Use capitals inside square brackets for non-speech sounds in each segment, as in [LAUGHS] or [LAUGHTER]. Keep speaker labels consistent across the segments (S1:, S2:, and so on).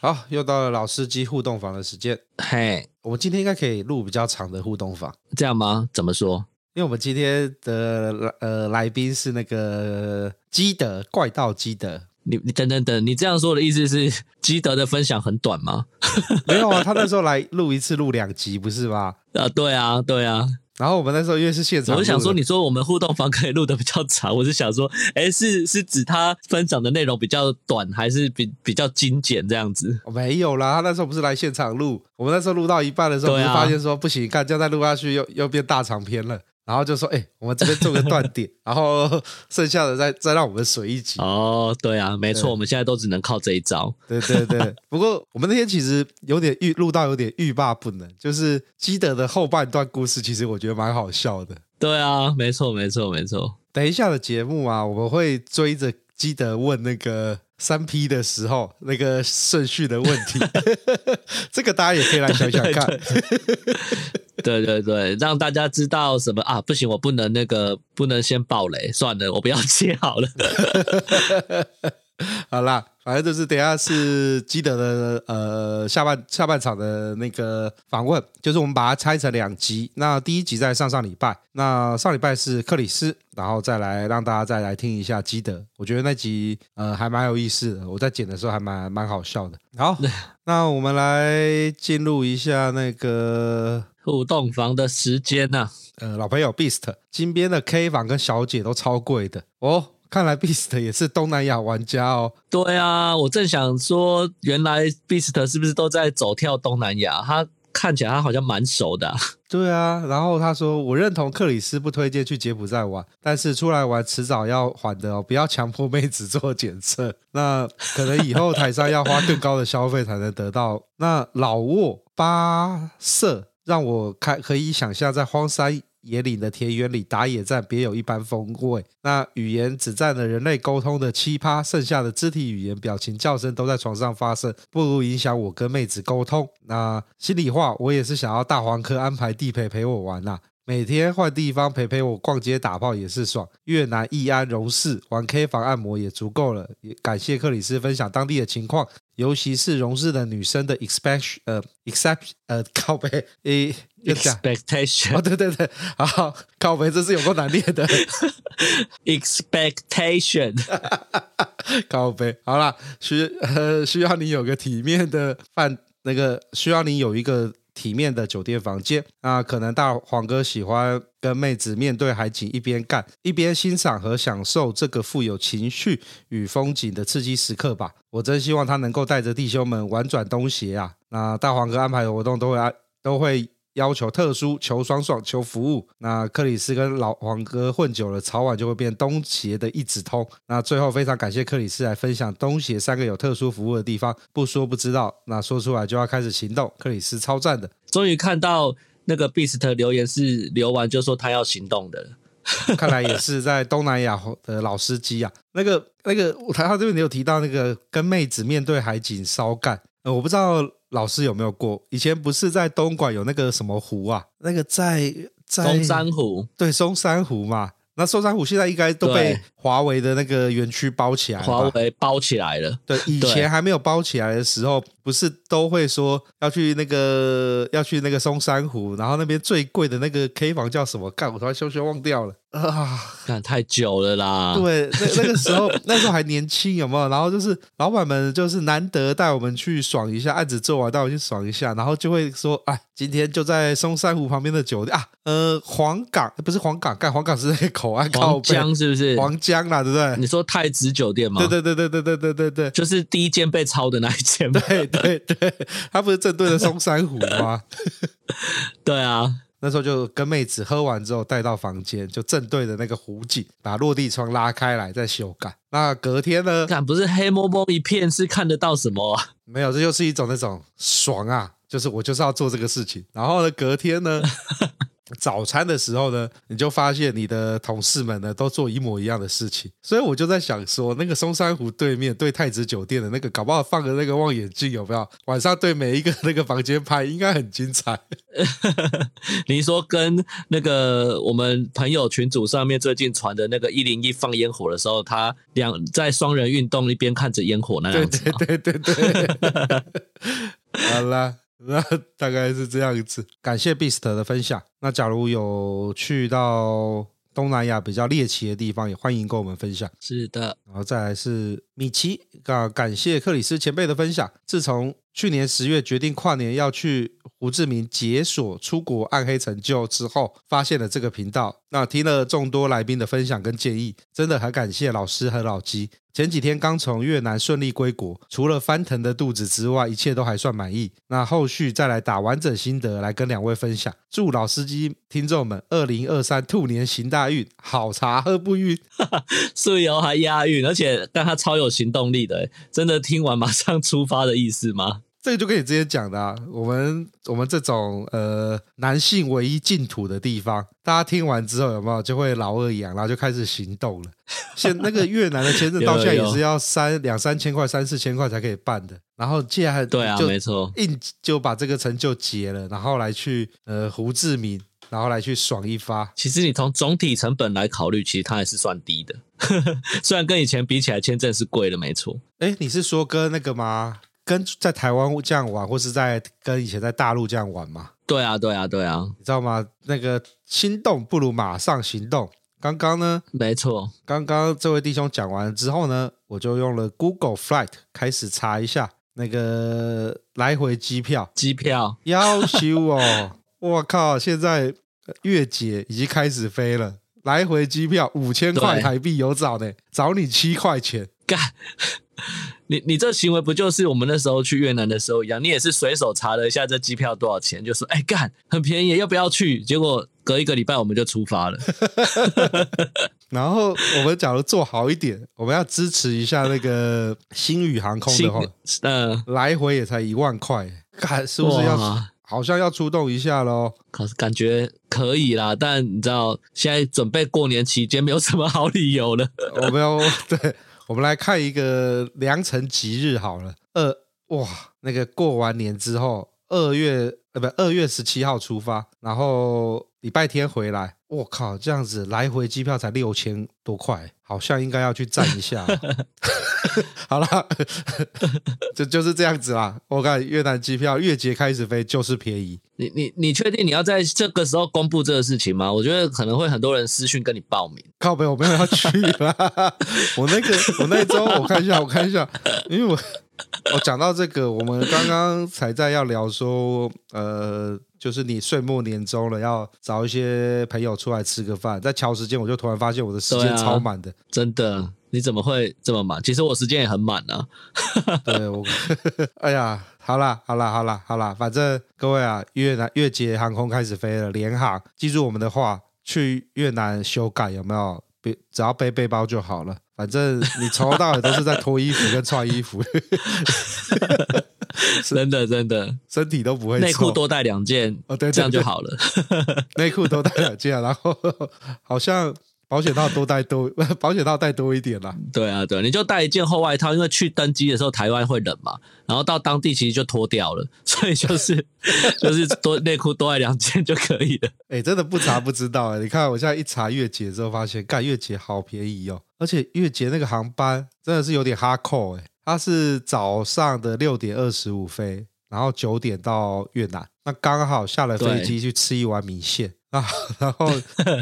S1: 好，又到了老司机互动房的时间。
S2: 嘿，
S1: 我们今天应该可以录比较长的互动房，
S2: 这样吗？怎么说？
S1: 因为我们今天的来呃来宾是那个基德怪盗基德，
S2: 你你等等等，你这样说的意思是基德的分享很短吗？
S1: 没有啊，他那时候来录一次录两集不是吗？
S2: 啊，对啊，对啊，
S1: 然后我们那时候因为是现场录
S2: 我
S1: 的，
S2: 是想说，你说我们互动房可以录的比较长， [LAUGHS] 我是想说，哎，是是指他分享的内容比较短，还是比比较精简这样子？
S1: 哦没有啦，他那时候不是来现场录，我们那时候录到一半的时候，我
S2: 对
S1: 们
S2: 啊
S1: 就发现说不行，看这样再录下去又又变大长篇了，然后就说哎、我们这边做个断
S2: [LAUGHS]
S1: 点，然后剩下的再再让我们水一集。
S2: 哦，对啊，没
S1: 对
S2: 错，我们现在都只能靠这一招。
S1: 对对对，不过我们那天其实有点欲录到有点欲罢不能，就是基德的后半段故事，其实我觉得蛮好笑的。
S2: 对啊，没错，没错，没错。
S1: 等一下的节目啊，我们会追着基德问那个三 P 的时候那个顺序的问
S2: [LAUGHS]
S1: 题，这个大家也可以来想想看。
S2: 对对对， [LAUGHS] 让大家知道什么啊？不行，我不能那个，不能先爆雷，算了，我不要接好了。 [LAUGHS]
S1: 好啦，反正就是等一下是基德的呃下半下半场的那个访问，就是我们把它拆成两集。那第一集在上上礼拜，那上礼拜是克里斯，然后再来让大家再来听一下基德。我觉得那集呃还蛮有意思的，我在剪的时候还蛮蛮好笑的。好， [LAUGHS] 那我们来进入一下那个
S2: 互动房的时间啊呐、
S1: 呃，老朋友 Beast 金边的 K 房跟小姐都超贵的哦，看来 Beast 也是东南亚玩家哦。
S2: 对啊，我正想说，原来 Beast 是不是都在走跳东南亚？他看起来他好像蛮熟的啊、
S1: 对啊，然后他说：“我认同克里斯不推荐去柬埔寨玩，但是出来玩迟早要还的哦，不 [LAUGHS] 要强迫妹子做检测。 [LAUGHS] 那可能以后台上要花更高的消费才能得到。那老挝巴色让我看可以想象在荒山野岭的田园里打野战别有一般风味。那语言只占了人类沟通的七趴，剩下的肢体语言、表情、叫声都在床上发生，不如影响我跟妹子沟通。那心里话，我也是想要大黄科安排地陪陪我玩啦、每天换地方陪陪我逛街打炮也是爽。越南义安荣市玩 K 房按摩也足够了，也感谢克里斯分享当地的情况，尤其是荣市的女生的 expect 呃 except 呃靠背诶又讲 [LAUGHS]
S2: expectation
S1: 哦，对对对，好，靠北，这是有够难念的，
S2: expectation， [LAUGHS]
S1: 靠北。好啦，需呃需要你有个体面的饭，那个需要你有一个体面的酒店房间。那可能大黄哥喜欢跟妹子面对海景，一边干一边欣赏和享受这个富有情绪与风景的刺激时刻吧。我真希望他能够带着弟兄们玩转东协啊！那大黄哥安排的活动都会安都会要求特殊，求爽爽，求服务。那克里斯跟老黄哥混久了，早晚就会变东协的一指通。那最后非常感谢克里斯来分享东协三个有特殊服务的地方，不说不知道，那说出来就要开始行动。克里斯超赞的，
S2: 终于看到那个 Beast 留言是留完就说他要行动的了。
S1: 看来也是在东南亚的老司机啊。那个那个，他他这边有提到那个跟妹子面对海景烧干，呃，我不知道老师有没有过，以前不是在东莞有那个什么湖啊，那个在在
S2: 松山湖
S1: 对，松山湖嘛。那松山湖现在应该都被
S2: 对
S1: 华为的那个园区包起来了吧。
S2: 华为包起来了，
S1: 对，以
S2: [LAUGHS] 对
S1: 前还没有包起来的时候，不是都会说要去那个要去那个松山湖，然后那边最贵的那个 K 房叫什么？干，我突然羞羞忘掉了啊！
S2: 看太久了啦。
S1: 对，那那个时候那时候还年轻，有没有？然后就是老板们就是难得带我们去爽一下，案子做完带我们去爽一下，然后就会说，哎，今天就在松山湖旁边的酒店啊，呃，黄港不是黄港，干黄港是那个口岸靠
S2: 黄
S1: 北，
S2: 江是不是？嗯
S1: 黄江啦，对不对？
S2: 你说太子酒店吗？
S1: 对对对对对对对对对。
S2: 就是第一间被抄的那一间吗。
S1: 对对对，他不是正对着松山湖吗？
S2: [LAUGHS] 对啊，
S1: 那时候就跟妹子喝完之后带到房间，就正对着那个湖景，把落地窗拉开来再修改。那隔天呢？
S2: 看不是黑蒙蒙一片，是看得到什么、啊？ [LAUGHS]
S1: 没有，这就是一种那种爽啊，就是我就是要做这个事情。然后呢，隔天呢，早餐的时候呢，你就发现你的同事们呢都做一模一样的事情，所以我就在想说，那个松山湖对面对太子酒店的那个，搞不好放个那个望远镜有没有？晚上对每一个那个房间拍，应该很精彩。
S2: 你说跟那个我们朋友群组上面最近传的那个一零一放烟火的时候，他两在双人运动一边看着烟火那
S1: 对
S2: 样子哦吗，
S1: 对对对 [LAUGHS] 对，好啦。那大概是这样子，感谢 Beast 的分享。那假如有去到东南亚比较猎奇的地方，也欢迎跟我们分享。
S2: 是的，
S1: 然后再来是米奇啊，感谢克里斯前辈的分享。自从去年十月决定跨年要去胡志明解锁出国暗黑成就之后，发现了这个频道。那听了众多来宾的分享跟建议，真的很感谢老师和老鸡。前几天刚从越南顺利归国，除了翻腾的肚子之外，一切都还算满意。那后续再来打完整心得来跟两位分享。祝老司机听众们二零二三兔年行大运，好茶喝不晕。
S2: 素游还押韵，而且但他超有行动力的欸，真的听完马上出发的意
S1: [LAUGHS]
S2: 思吗？
S1: 这个就跟你之前讲的啊，我们我们这种呃男性唯一净土的地方，大家听完之后有没有就会老二痒，然后就开始行动了。现那个越南的签证
S2: 有
S1: 到现在也
S2: [LAUGHS] 有
S1: 是要三两三千块、三四千块才可以办的，然后竟然
S2: 对啊，
S1: 就
S2: 没错，
S1: 硬就把这个成就结了，然后来去呃胡志明，然后来去爽一发。
S2: 其实你从总体成本来考虑，其实它还是算低的， [LAUGHS] 虽然跟以前比起来，签证是贵的，没错。
S1: 哎，你是说跟那个吗？跟在台湾这样玩，或是在跟以前在大陆这样玩吗？
S2: 对啊，对啊，对啊，
S1: 你知道吗？那个心动不如马上行动。刚刚呢，
S2: 没错，
S1: 刚刚这位弟兄讲完之后呢，我就用了 Google Flight 开始查一下那个来回机票，
S2: 机票
S1: 要求 [LAUGHS] 哦，我靠，现在呃月姐已经开始飞了，来回机票五千块
S2: 对
S1: 台币有找呢，找你七块钱。
S2: 干。你你这行为不就是我们那时候去越南的时候一样？你也是随手查了一下这机票多少钱，就说哎干很便宜，要不要去？结果隔一个礼拜我们就出
S1: [LAUGHS]
S2: 发了。
S1: 然后我们假如做好一点，我们要支持一下那个星宇航空
S2: 新
S1: 的话，
S2: 嗯、
S1: 来回也才一万块，看是不是要
S2: 哇
S1: 好像要出动一下喽。
S2: 可是感觉可以啦，但你知道现在准备过年期间没有什么好理由了。
S1: [LAUGHS] 我们要 [LAUGHS] 对，我们来看一个良辰吉日好了。二哇，那个过完年之后，二月呃不，二月十七号出发，然后礼拜天回来。我靠，这样子来回机票才六千多块，好像应该要去站一下。 [LAUGHS] 好啦， [LAUGHS] 就就是这样子啦。我看越南机票月结开始飞就是便宜，
S2: 你你你确定你要在这个时候公布这个事情吗？我觉得可能会很多人私讯跟你报名。
S1: 靠北，我没有要去
S2: [LAUGHS]
S1: 啦。我那个，我那一周，我看一下，我看一下，因为我我讲到这个，我们刚刚才在要聊说，呃，就是你岁末年终了，要找一些朋友出来吃个饭，在调时间，我就突然发现我的时
S2: 对
S1: 间
S2: 啊
S1: 超满的。
S2: 真的，你怎么会这么满？其实我时间也很满啊。
S1: 对我，哎呀，好啦，好啦，好啦，好啦，反正各位啊，越南越捷航空开始飞了，联航，记住我们的话，去越南修改有没有？别只要背背包就好了，反正你从头到尾都是在脱衣服跟穿衣服， [LAUGHS]
S2: 真的真的，
S1: 身体都不会
S2: 内裤
S1: 臭
S2: 多带两件，
S1: 哦对对
S2: 这样就好了。
S1: 内裤多带两件，啊然后 [LAUGHS] 好像保险套多带多， [LAUGHS] 保险套带多一点啦。
S2: 对啊，对啊，你就带一件厚外套，因为去登机的时候台湾会冷嘛，然后到当地其实就脱掉了，所以就是就是多内裤多带两件就可以了。
S1: 哎、真的不查不知道哎、你看我现在一查月结之后，发现干月结好便宜哦，而且月结那个航班真的是有点哈扣哎，它是早上的六点二十五飞，然后九点到越南，那刚好下了飞机去吃一碗米线啊，然后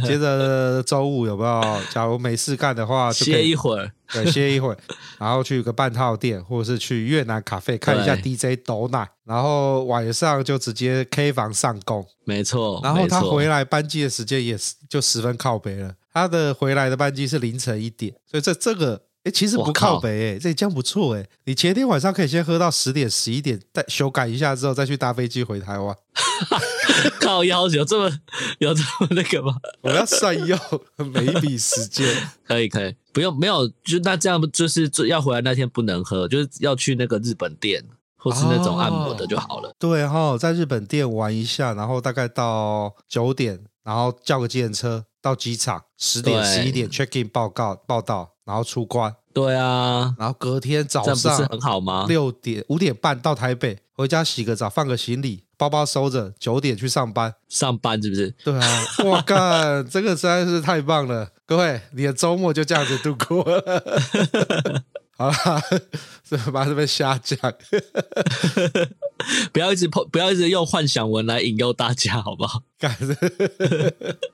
S1: 接着周五有没有？假如没事干的话，啊就可
S2: 歇
S1: 以
S2: 一会儿，
S1: 对，歇一会，然后去个半套店，或者是去越南咖啡看一下 DJ 斗奶，然后晚上就直接 K 房上工。
S2: 没错。
S1: 然后他
S2: 哦没错
S1: 回来班机的时间也是就十分靠北了，他的回来的班机是凌晨一点，所以这这个哎，其实
S2: 我
S1: 不
S2: 靠
S1: 靠北哎，这这样不错哎。你前天晚上可以先喝到十点、十一点，再修改一下之后再去搭飞机回台
S2: [LAUGHS]
S1: 湾。
S2: 靠腰有这么有这么那个吗？
S1: 我要善用每一笔时间。 [LAUGHS]
S2: 可以可以，不用没有，就那这样就是就要回来那天不能喝，就是要去那个日本店或是那种按摩的就好了。
S1: 对哈、在日本店玩一下，然后大概到九点，然后叫个计程车到机场，十点、十
S2: 对
S1: 一点 check in 报告报到，然后出关，
S2: 对啊，
S1: 然后隔天早
S2: 这样不是
S1: 上
S2: 很好吗？
S1: 六点五点半到台北，回家洗个澡，放个行李，包包收着，九点去上班。
S2: 上班是不是？
S1: 对啊， [LAUGHS] 我干，这个实在是太棒了！各位，你的周末就这样子度过了。 [LAUGHS] 好啦， [LAUGHS] 这把这边瞎讲。
S2: 不要一直碰，不要一直用幻想文来引诱大家，好不好？
S1: 干，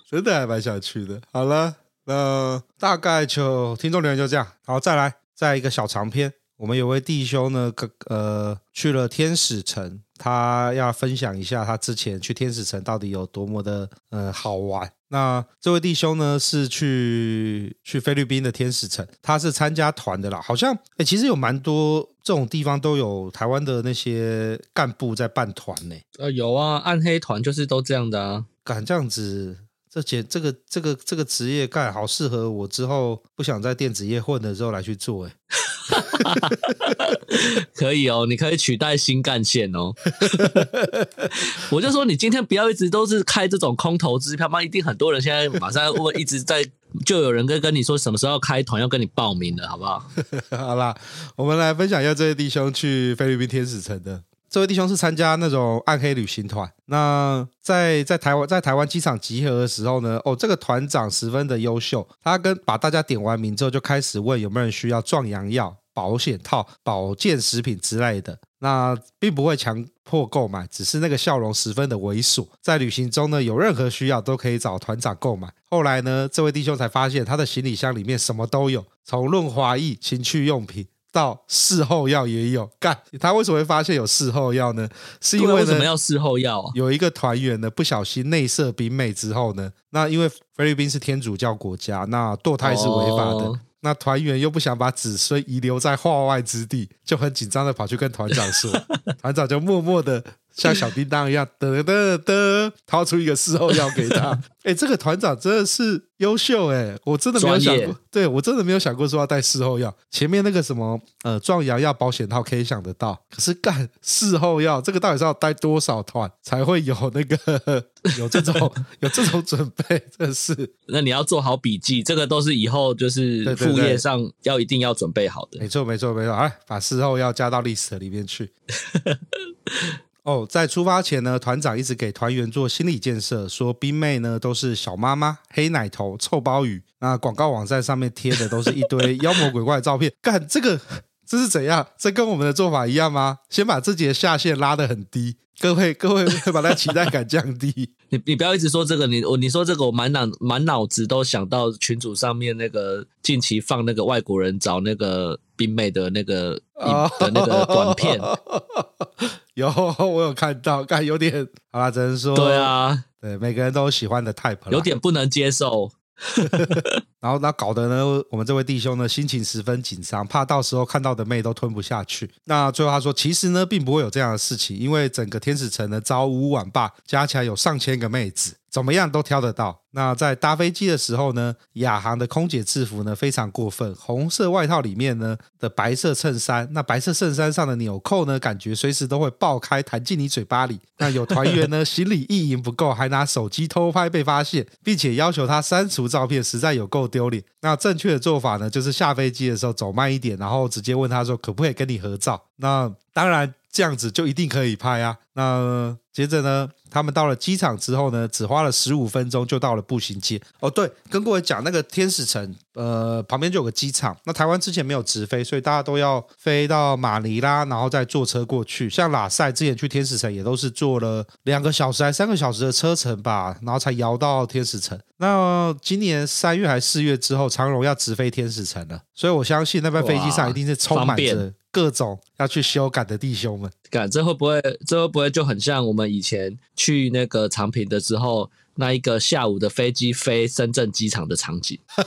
S1: 真的还 [LAUGHS] 蛮想去的。好了，那大概就听众留言就这样。好，再来，再一个小长篇。我们有位弟兄呢，个呃去了天使城，他要分享一下他之前去天使城到底有多么的呃好玩。那这位弟兄呢是去去菲律宾的天使城，他是参加团的啦。好像哎、诶其实有蛮多这种地方都有台湾的那些干部在办团呢、
S2: 呃，有啊，暗黑团就是都这样的啊。
S1: 敢这样子，这简这个这个这个职业干好适合我之后不想在电子业混的时候来去做、欸。 [LAUGHS]
S2: 可以哦，你可以取代新干线哦。 [LAUGHS] 我就说你今天不要一直都是开这种空头支票，妈一定很多人现在马上问，一直在就有人跟跟你说什么时候要开团要跟你报名了，好不好？
S1: 好啦，我们来分享一下这位弟兄去菲律宾天使城的。这位弟兄是参加那种暗黑旅行团，那在在台湾在台湾机场集合的时候呢，哦，这个团长十分的优秀，他跟把大家点完名之后，就开始问有没有人需要壮阳药、保险套、保健食品之类的。那并不会强迫购买，只是那个笑容十分的猥琐。在旅行中呢，有任何需要都可以找团长购买。后来呢，这位弟兄才发现他的行李箱里面什么都有，从润滑液、情趣用品到事后药也有。干，他为什么会发现有事后药呢？是因
S2: 对啊
S1: 为
S2: 什么
S1: 呢，
S2: 要事后要啊？
S1: 有一个团员呢不小心内射冰妹之后呢，那因为菲律宾是天主教国家，那堕胎是违法的。
S2: 哦
S1: 那团员又不想把子孙遗留在化外之地，就很紧张的跑去跟团长说，团长就默默的像小叮当一样，得得得，掏出一个事后药给他。哎、这个团长真的是优秀哎、我真的没有想
S2: 专
S1: 过
S2: 业，
S1: 对我真的没有想过说要带事后药。前面那个什么呃壮阳药、保险套可以想得到，可是干事后药这个到底是要带多少团才会有那个 [LAUGHS] 有这种有这种准备？真的是。
S2: 那你要做好笔记，这个都是以后就是
S1: 对对
S2: 副业
S1: 对
S2: 上要一定要准备好的。
S1: 没错，没错，没错。哎，把事后要加到 list 里面去。哦，在出发前呢，团长一直给团员做心理建设，说冰妹呢都是小妈妈、黑奶头、臭鲍鱼。那广告网站上面贴的都是一
S2: [LAUGHS]
S1: 堆妖魔鬼怪的照片。干这个，这是怎样？这跟我们的做法一样吗？先把自己的下限拉得很低，各位各位把它期待感降
S2: [LAUGHS]
S1: 低。
S2: 你你不要一直说这个，你我你说这个，我满脑满脑子都想到群组上面那个近期放那个外国人找那个冰妹的那个影
S1: 哦
S2: 的那个
S1: [LAUGHS]
S2: 短片，
S1: 有我有看到，干有点好啦，只能说
S2: 对，啊，
S1: 对每个人都有喜欢的 type，啦
S2: 有点不能接受。
S1: 然后那搞得呢，我们这位弟兄呢心情十分紧张，怕到时候看到的妹都吞不下去。那最后他说，其实呢并不会有这样的事情，因为整个天使城呢早午晚罢加起来有上千个妹子，怎么样都挑得到。那在搭飞机的时候呢，亚航的空姐制服呢非常过分，红色外套里面呢的白色衬衫，那白色衬衫上的纽扣呢，感觉随时都会爆开弹进你嘴巴里。那有团员呢行李意淫不够，还拿手机偷拍被发现，并且要求他删除照片，实在有够丢脸。那正确的做法呢，就是下飞机的时候走慢一点，然后直接问他说可不可以跟你合照。那当然。这样子就一定可以拍啊！那接着呢，他们到了机场之后呢，只花了十五分钟就到了步行街。哦，对，跟各位讲，那个天使城，呃，旁边就有个机场。那台湾之前没有直飞，所以大家都要飞到马尼拉，然后再坐车过去。像拉塞之前去天使城也都是坐了两个小时还三个小时的车程吧，然后才摇到天使城。那今年三月还四月之后，长荣要直飞天使城了，所以我相信那班飞机
S2: 哇
S1: 上一定是充
S2: 方
S1: 满
S2: 便
S1: 着各种要去修改的弟兄们。
S3: 感这会不会这会不会就很像我们以前去那个长平的时候，那一个下午的飞机飞深圳机场的场景？
S1: [LAUGHS]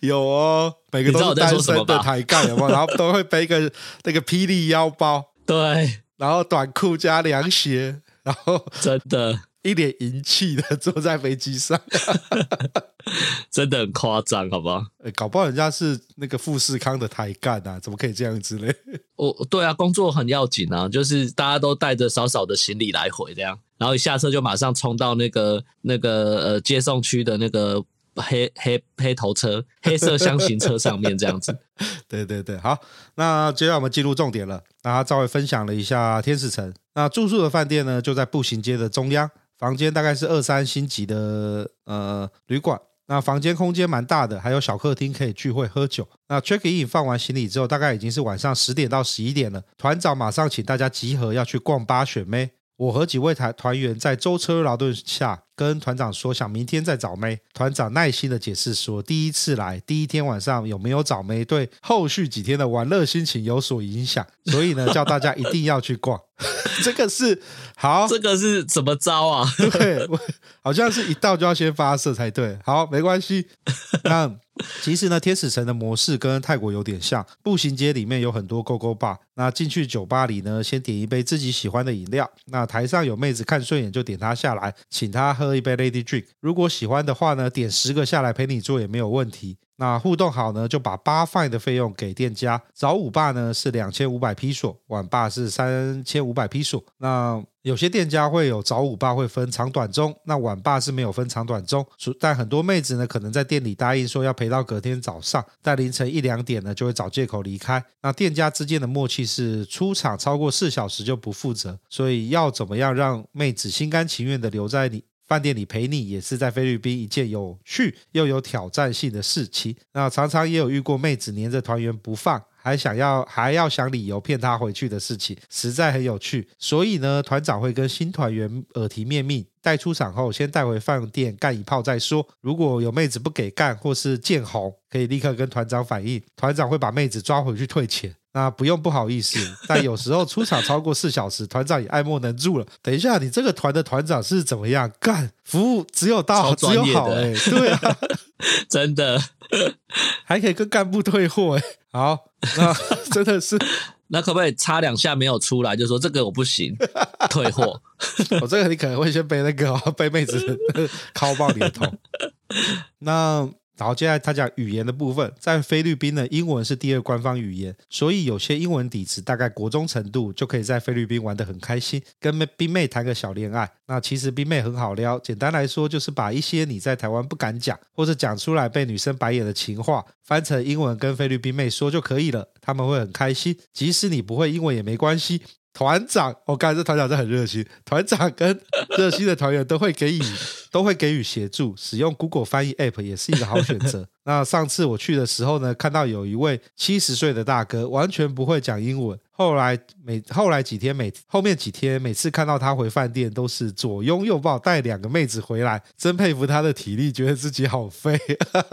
S1: 有哦，每个都
S3: 你知
S1: 是单
S3: 道我在说什么
S1: 身的
S3: 吧
S1: 抬杠， [LAUGHS] 有没有？然后都会背一个那个霹雳腰包，
S3: 对，
S1: 然后短裤加凉鞋，然后
S3: 真的
S1: 一脸淫气的坐在飞机上。 [LAUGHS]
S3: 真的很夸张，好不好？
S1: 呃搞不好人家是那个富士康的抬杠啊，怎么可以这样之类？
S3: 我对啊，工作很要紧啊，就是大家都带着少少的行李来回这样，然后一下车就马上冲到那个那个呃接送区的那个黑黑黑头车黑色箱型车上面这样 [LAUGHS] 子。
S1: [LAUGHS] 对对对，好，那接下来我们进入重点了。那他稍微分享了一下天使城，那住宿的饭店呢就在步行街的中央，房间大概是二三星级的呃旅馆。那房间空间蛮大的，还有小客厅可以聚会喝酒。那 check in 放完行李之后，大概已经是晚上十点到十一点了。团长马上请大家集合，要去逛八选妹。我和几位团团员在舟车劳顿下跟团长说，想明天再找妹。团长耐心的解释说，第一次来，第一天晚上有没有找妹，对后续几天的玩乐心情有所影响，所以呢，叫大家一定要去逛。这个是好，
S3: 这个是什么招啊？ [LAUGHS]
S1: 对，我好像是一到就要先发射才对。好，没关系。那其实呢，天使城的模式跟泰国有点像，步行街里面有很多勾勾吧。那进去酒吧里呢，先点一杯自己喜欢的饮料。那台上有妹子看顺眼就点她下来，请她喝一杯 Lady Drink。如果喜欢的话呢，点十个下来陪你做也没有问题。那互动好呢，就把八 fine 的费用给店家。早午霸呢是两千五百披索，晚霸是三千五百披索。那有些店家会有早午霸会分长短中，那晚霸是没有分长短中。所但很多妹子呢，可能在店里答应说要陪到隔天早上，但凌晨一两点呢，就会找借口离开。那店家之间的默契是出场超过四小时就不负责，所以要怎么样让妹子心甘情愿的留在你饭店里陪你也是在菲律宾一件有趣又有挑战性的事情。那常常也有遇过妹子黏着团员不放，还想要还要想理由骗他回去的事情，实在很有趣。所以呢，团长会跟新团员耳提面命，带出场后先带回饭店干一炮再说。如果有妹子不给干或是见红，可以立刻跟团长反映，团长会把妹子抓回去退钱。那不用不好意思，但有时候出场超过四小时，团长也爱莫能助了。等一下，你这个团的团长是怎么样干？服务只有到，
S3: 超
S1: 只
S3: 专
S1: 有
S3: 业的
S1: 好哎、对啊，
S3: 真的。
S1: 还可以跟干部退货哎、好，那 [LAUGHS] 真的是
S3: 那可不可以擦两下没有出来，就说这个我不
S1: [LAUGHS]
S3: 行，退货？
S1: 我、哦这个你可能会先被那个、哦、 [LAUGHS] 被妹子敲爆你的头。那然后接下来他讲语言的部分，在菲律宾呢，英文是第二官方语言，所以有些英文底子大概国中程度就可以在菲律宾玩得很开心，跟妹冰妹谈个小恋爱。那其实冰妹很好撩，简单来说就是把一些你在台湾不敢讲或者讲出来被女生白眼的情话，翻成英文跟菲律宾妹说就可以了，他们会很开心。即使你不会英文也没关系，团长，我刚才这团长真的很热心，团长跟热心的团员都会给予都会给予协助，使用 Google 翻译 App 也是一个好选择。那上次我去的时候呢，看到有一位七十岁的大哥完全不会讲英文，后来每后来几天每后面几天每次看到他回饭店都是左拥右抱带两个妹子回来，真佩服他的体力，觉得自己好废，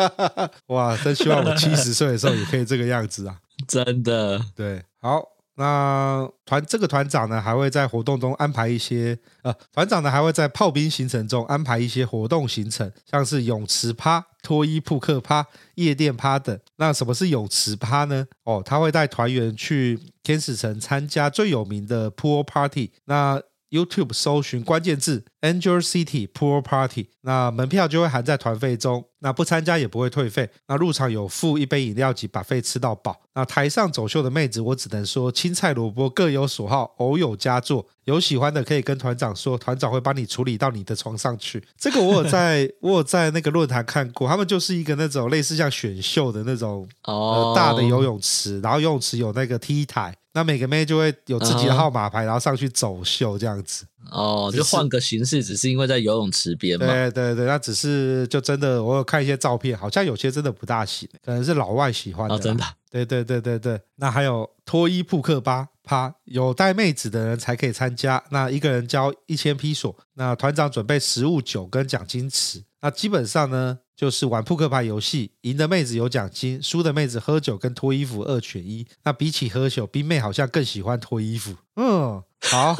S1: [LAUGHS] 哇！真希望我七十岁的时候也可以这个样子啊。
S3: 真的，
S1: 对，好，那团这个团长呢，还会在活动中安排一些呃，团长呢还会在炮兵行程中安排一些活动行程，像是泳池趴、脱衣扑克趴、夜店趴等。那什么是泳池趴呢？哦，他会带团员去天使城参加最有名的 pool party。那 YouTube 搜寻关键字 Angel City Pool Party，那门票就会含在团费中，那不参加也不会退费。那入场有付一杯饮料及把费吃到饱。那台上走秀的妹子，我只能说青菜萝卜各有所好，偶有佳作。有喜欢的可以跟团长说，团长会帮你处理到你的床上去。这个我有在 [LAUGHS] 我有在那个论坛看过，他们就是一个那种类似像选秀的那种
S3: 哦
S1: 呃，大的游泳池，然后游泳池有那个 T 台，那每个妹就会有自己的
S3: 啊
S1: 号码牌，然后上去走秀这样子。
S3: 哦，
S1: 只
S3: 就是换个形式，只是因为在游泳池边嘛。哦
S1: 对对对，那只是就真的，我有看一些照片，好像有些真的不大行，可能是老外喜欢的
S3: 哦，
S1: 啦。
S3: 真的，
S1: 对对对对对，那还有脱衣扑克吧趴，有带妹子的人才可以参加。那一个人交一千披索，那团长准备食物、酒跟奖金池。那基本上呢，就是玩扑克牌游戏，赢的妹子有奖金，输的妹子喝酒跟脱衣服二选一。那比起喝酒，冰妹好像更喜欢脱衣服。嗯，好，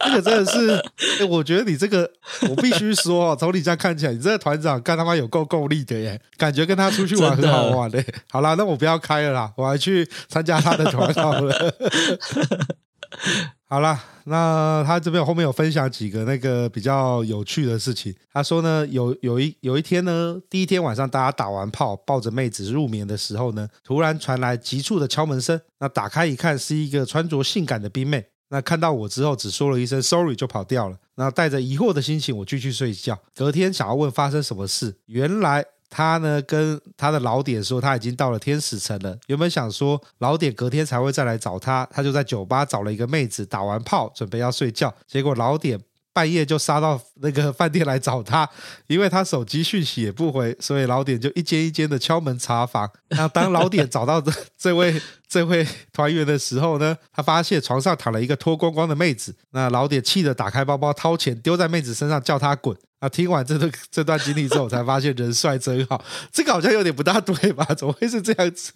S1: 这个真的是，诶哎我觉得你这个，我必须说哦，从你这样看起来，你这个团长干他妈有够够力的耶，感觉跟他出去玩
S3: 真
S1: 很
S3: 的
S1: 好玩嘞。好啦，那我不要开了啦，我还去参加他的团好了。好啦，那他这边后面有分享几个那个比较有趣的事情。他说呢，有有一有一天呢，第一天晚上大家打完炮，抱着妹子入眠的时候呢，突然传来急促的敲门声。那打开一看，是一个穿着性感的冰妹。那看到我之后，只说了一声 “sorry” 就跑掉了。那带着疑惑的心情，我继续睡觉。隔天想要问发生什么事，原来他呢跟他的老点说他已经到了天使城了。原本想说老点隔天才会再来找他，他就在酒吧找了一个妹子，打完炮准备要睡觉，结果老点。半夜就杀到那个饭店来找他，因为他手机讯息也不回，所以老点就一间一间的敲门查房。那当老点找到这这位 [LAUGHS] 这位团员的时候呢，他发现床上躺了一个脱光光的妹子。那老点气得打开包包掏钱丢在妹子身上，叫她滚。啊！听完这段这段经历之后，我才发现人帅真好。这个好像有点不大对吧？怎么会是这样子？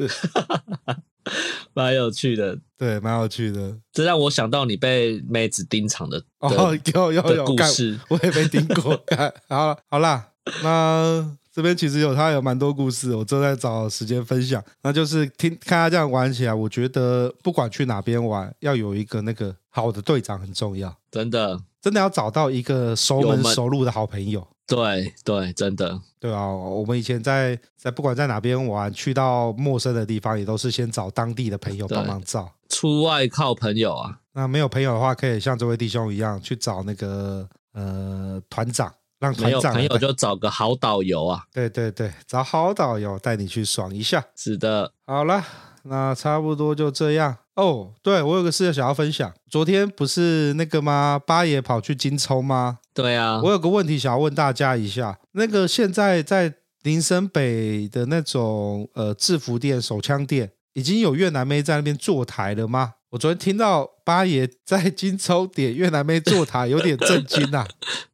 S3: 蛮有趣的。
S1: 对，蛮有趣的。
S3: 这让我想到你被妹子盯场的
S1: 哦
S3: 的，
S1: [LAUGHS] 有有
S3: 的
S1: 有，
S3: 故
S1: 干
S3: 事。
S1: 我也没听过。
S3: [LAUGHS]
S1: 干好，好啦，那这边其实有他有蛮多故事，我正在找时间分享。那就是听看他这样玩起来，我觉得不管去哪边玩，要有一个那个好的队长很重要，
S3: 真的，
S1: 真的要找到一个熟
S3: 有
S1: 门
S3: 门
S1: 熟路的好朋友。
S3: 对对，真的，
S1: 对啊，我们以前在在不管在哪边玩，去到陌生的地方，也都是先找当地的朋友
S3: 对
S1: 帮忙照。
S3: 出外靠朋友啊，
S1: 那没有朋友的话，可以像这位弟兄一样去找那个呃团长，让
S3: 没
S1: 团
S3: 有
S1: 长啊
S3: 朋
S1: 来
S3: 友就找个好导游啊。
S1: 对对对，找好导游带你去爽一下。
S3: 是的，
S1: 好了，那差不多就这样哦。对我有个事情想要分享，昨天不是那个吗？八爷跑去金冲吗？
S3: 对啊
S1: 我，有个问题想要问大家一下，那个现在在林森北的那种呃制服店、手枪店，已经有越南妹在那边坐台了吗？我昨天听到八爷在金抽点越南妹坐台，有点震惊啊！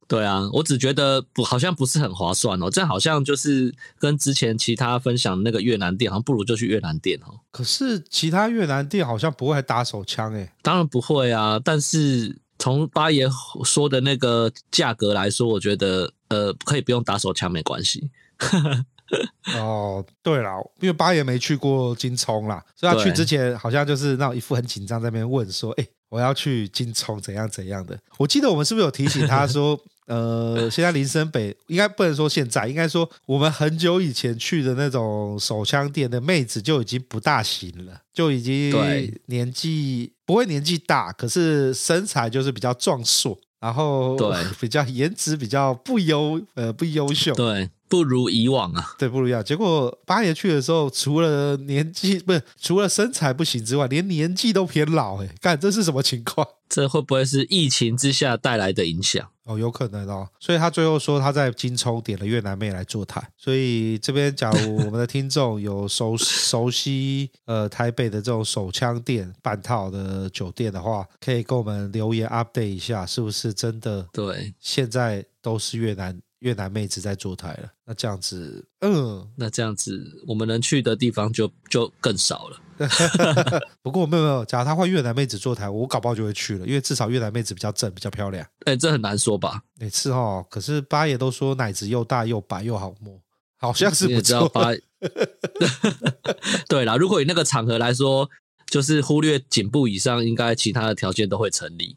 S3: 对啊，我只觉得不好像不是很划算哦。这好像就是跟之前其他分享那个越南店，好像不如就去越南店哦。
S1: 可是其他越南店好像不会打手枪欸诶、
S3: 当然不会啊，但是从八爷说的那个价格来说，我觉得呃可以不用打手枪没关系。
S1: [LAUGHS] 哦，对啦，因为八爷没去过金冲啦，所以他去
S3: 对
S1: 之前好像就是那种一副很紧张在那边问说：“哎、我要去金冲怎样怎样的。”我记得我们是不是有提醒他说，呃，现在林森北应该不能说现在，应该说我们很久以前去的那种手枪店的妹子就已经不大行了，就已经
S3: 对
S1: 年纪不会年纪大，可是身材就是比较壮硕。然后
S3: 对
S1: [LAUGHS] 比较颜值比较不优呃不优秀，
S3: 对，不如以往啊。
S1: 对，不如要。结果八爷去的时候，除了年纪不是除了身材不行之外，连年纪都偏老、欸，哎，干这是什么情况？
S3: 这会不会是疫情之下带来的影响？
S1: 哦，有可能哦，所以他最后说他在金冲点了越南妹来坐台，所以这边假如我们的听众有熟熟悉呃台北的这种手枪店半套的酒店的话，可以跟我们留言 update 一下，是不是真的
S3: 对，
S1: 现在都是越南越南妹子在坐台了？那这样子，嗯，
S3: 那这样子我们能去的地方就就更少了。
S1: 不过没有没有，假如他换越南妹子坐台，我搞不好就会去了，因为至少越南妹子比较正，比较漂亮。
S3: 哎，这很难说吧？
S1: 每次哦，可是八爷都说奶子又大又白又好摸，好像是
S3: 你
S1: 不
S3: 也知道
S1: 错。
S2: [LAUGHS]
S3: 八，对啦，如果以那个场合来说，就是忽略颈部以上，应该其他的条件都会成立。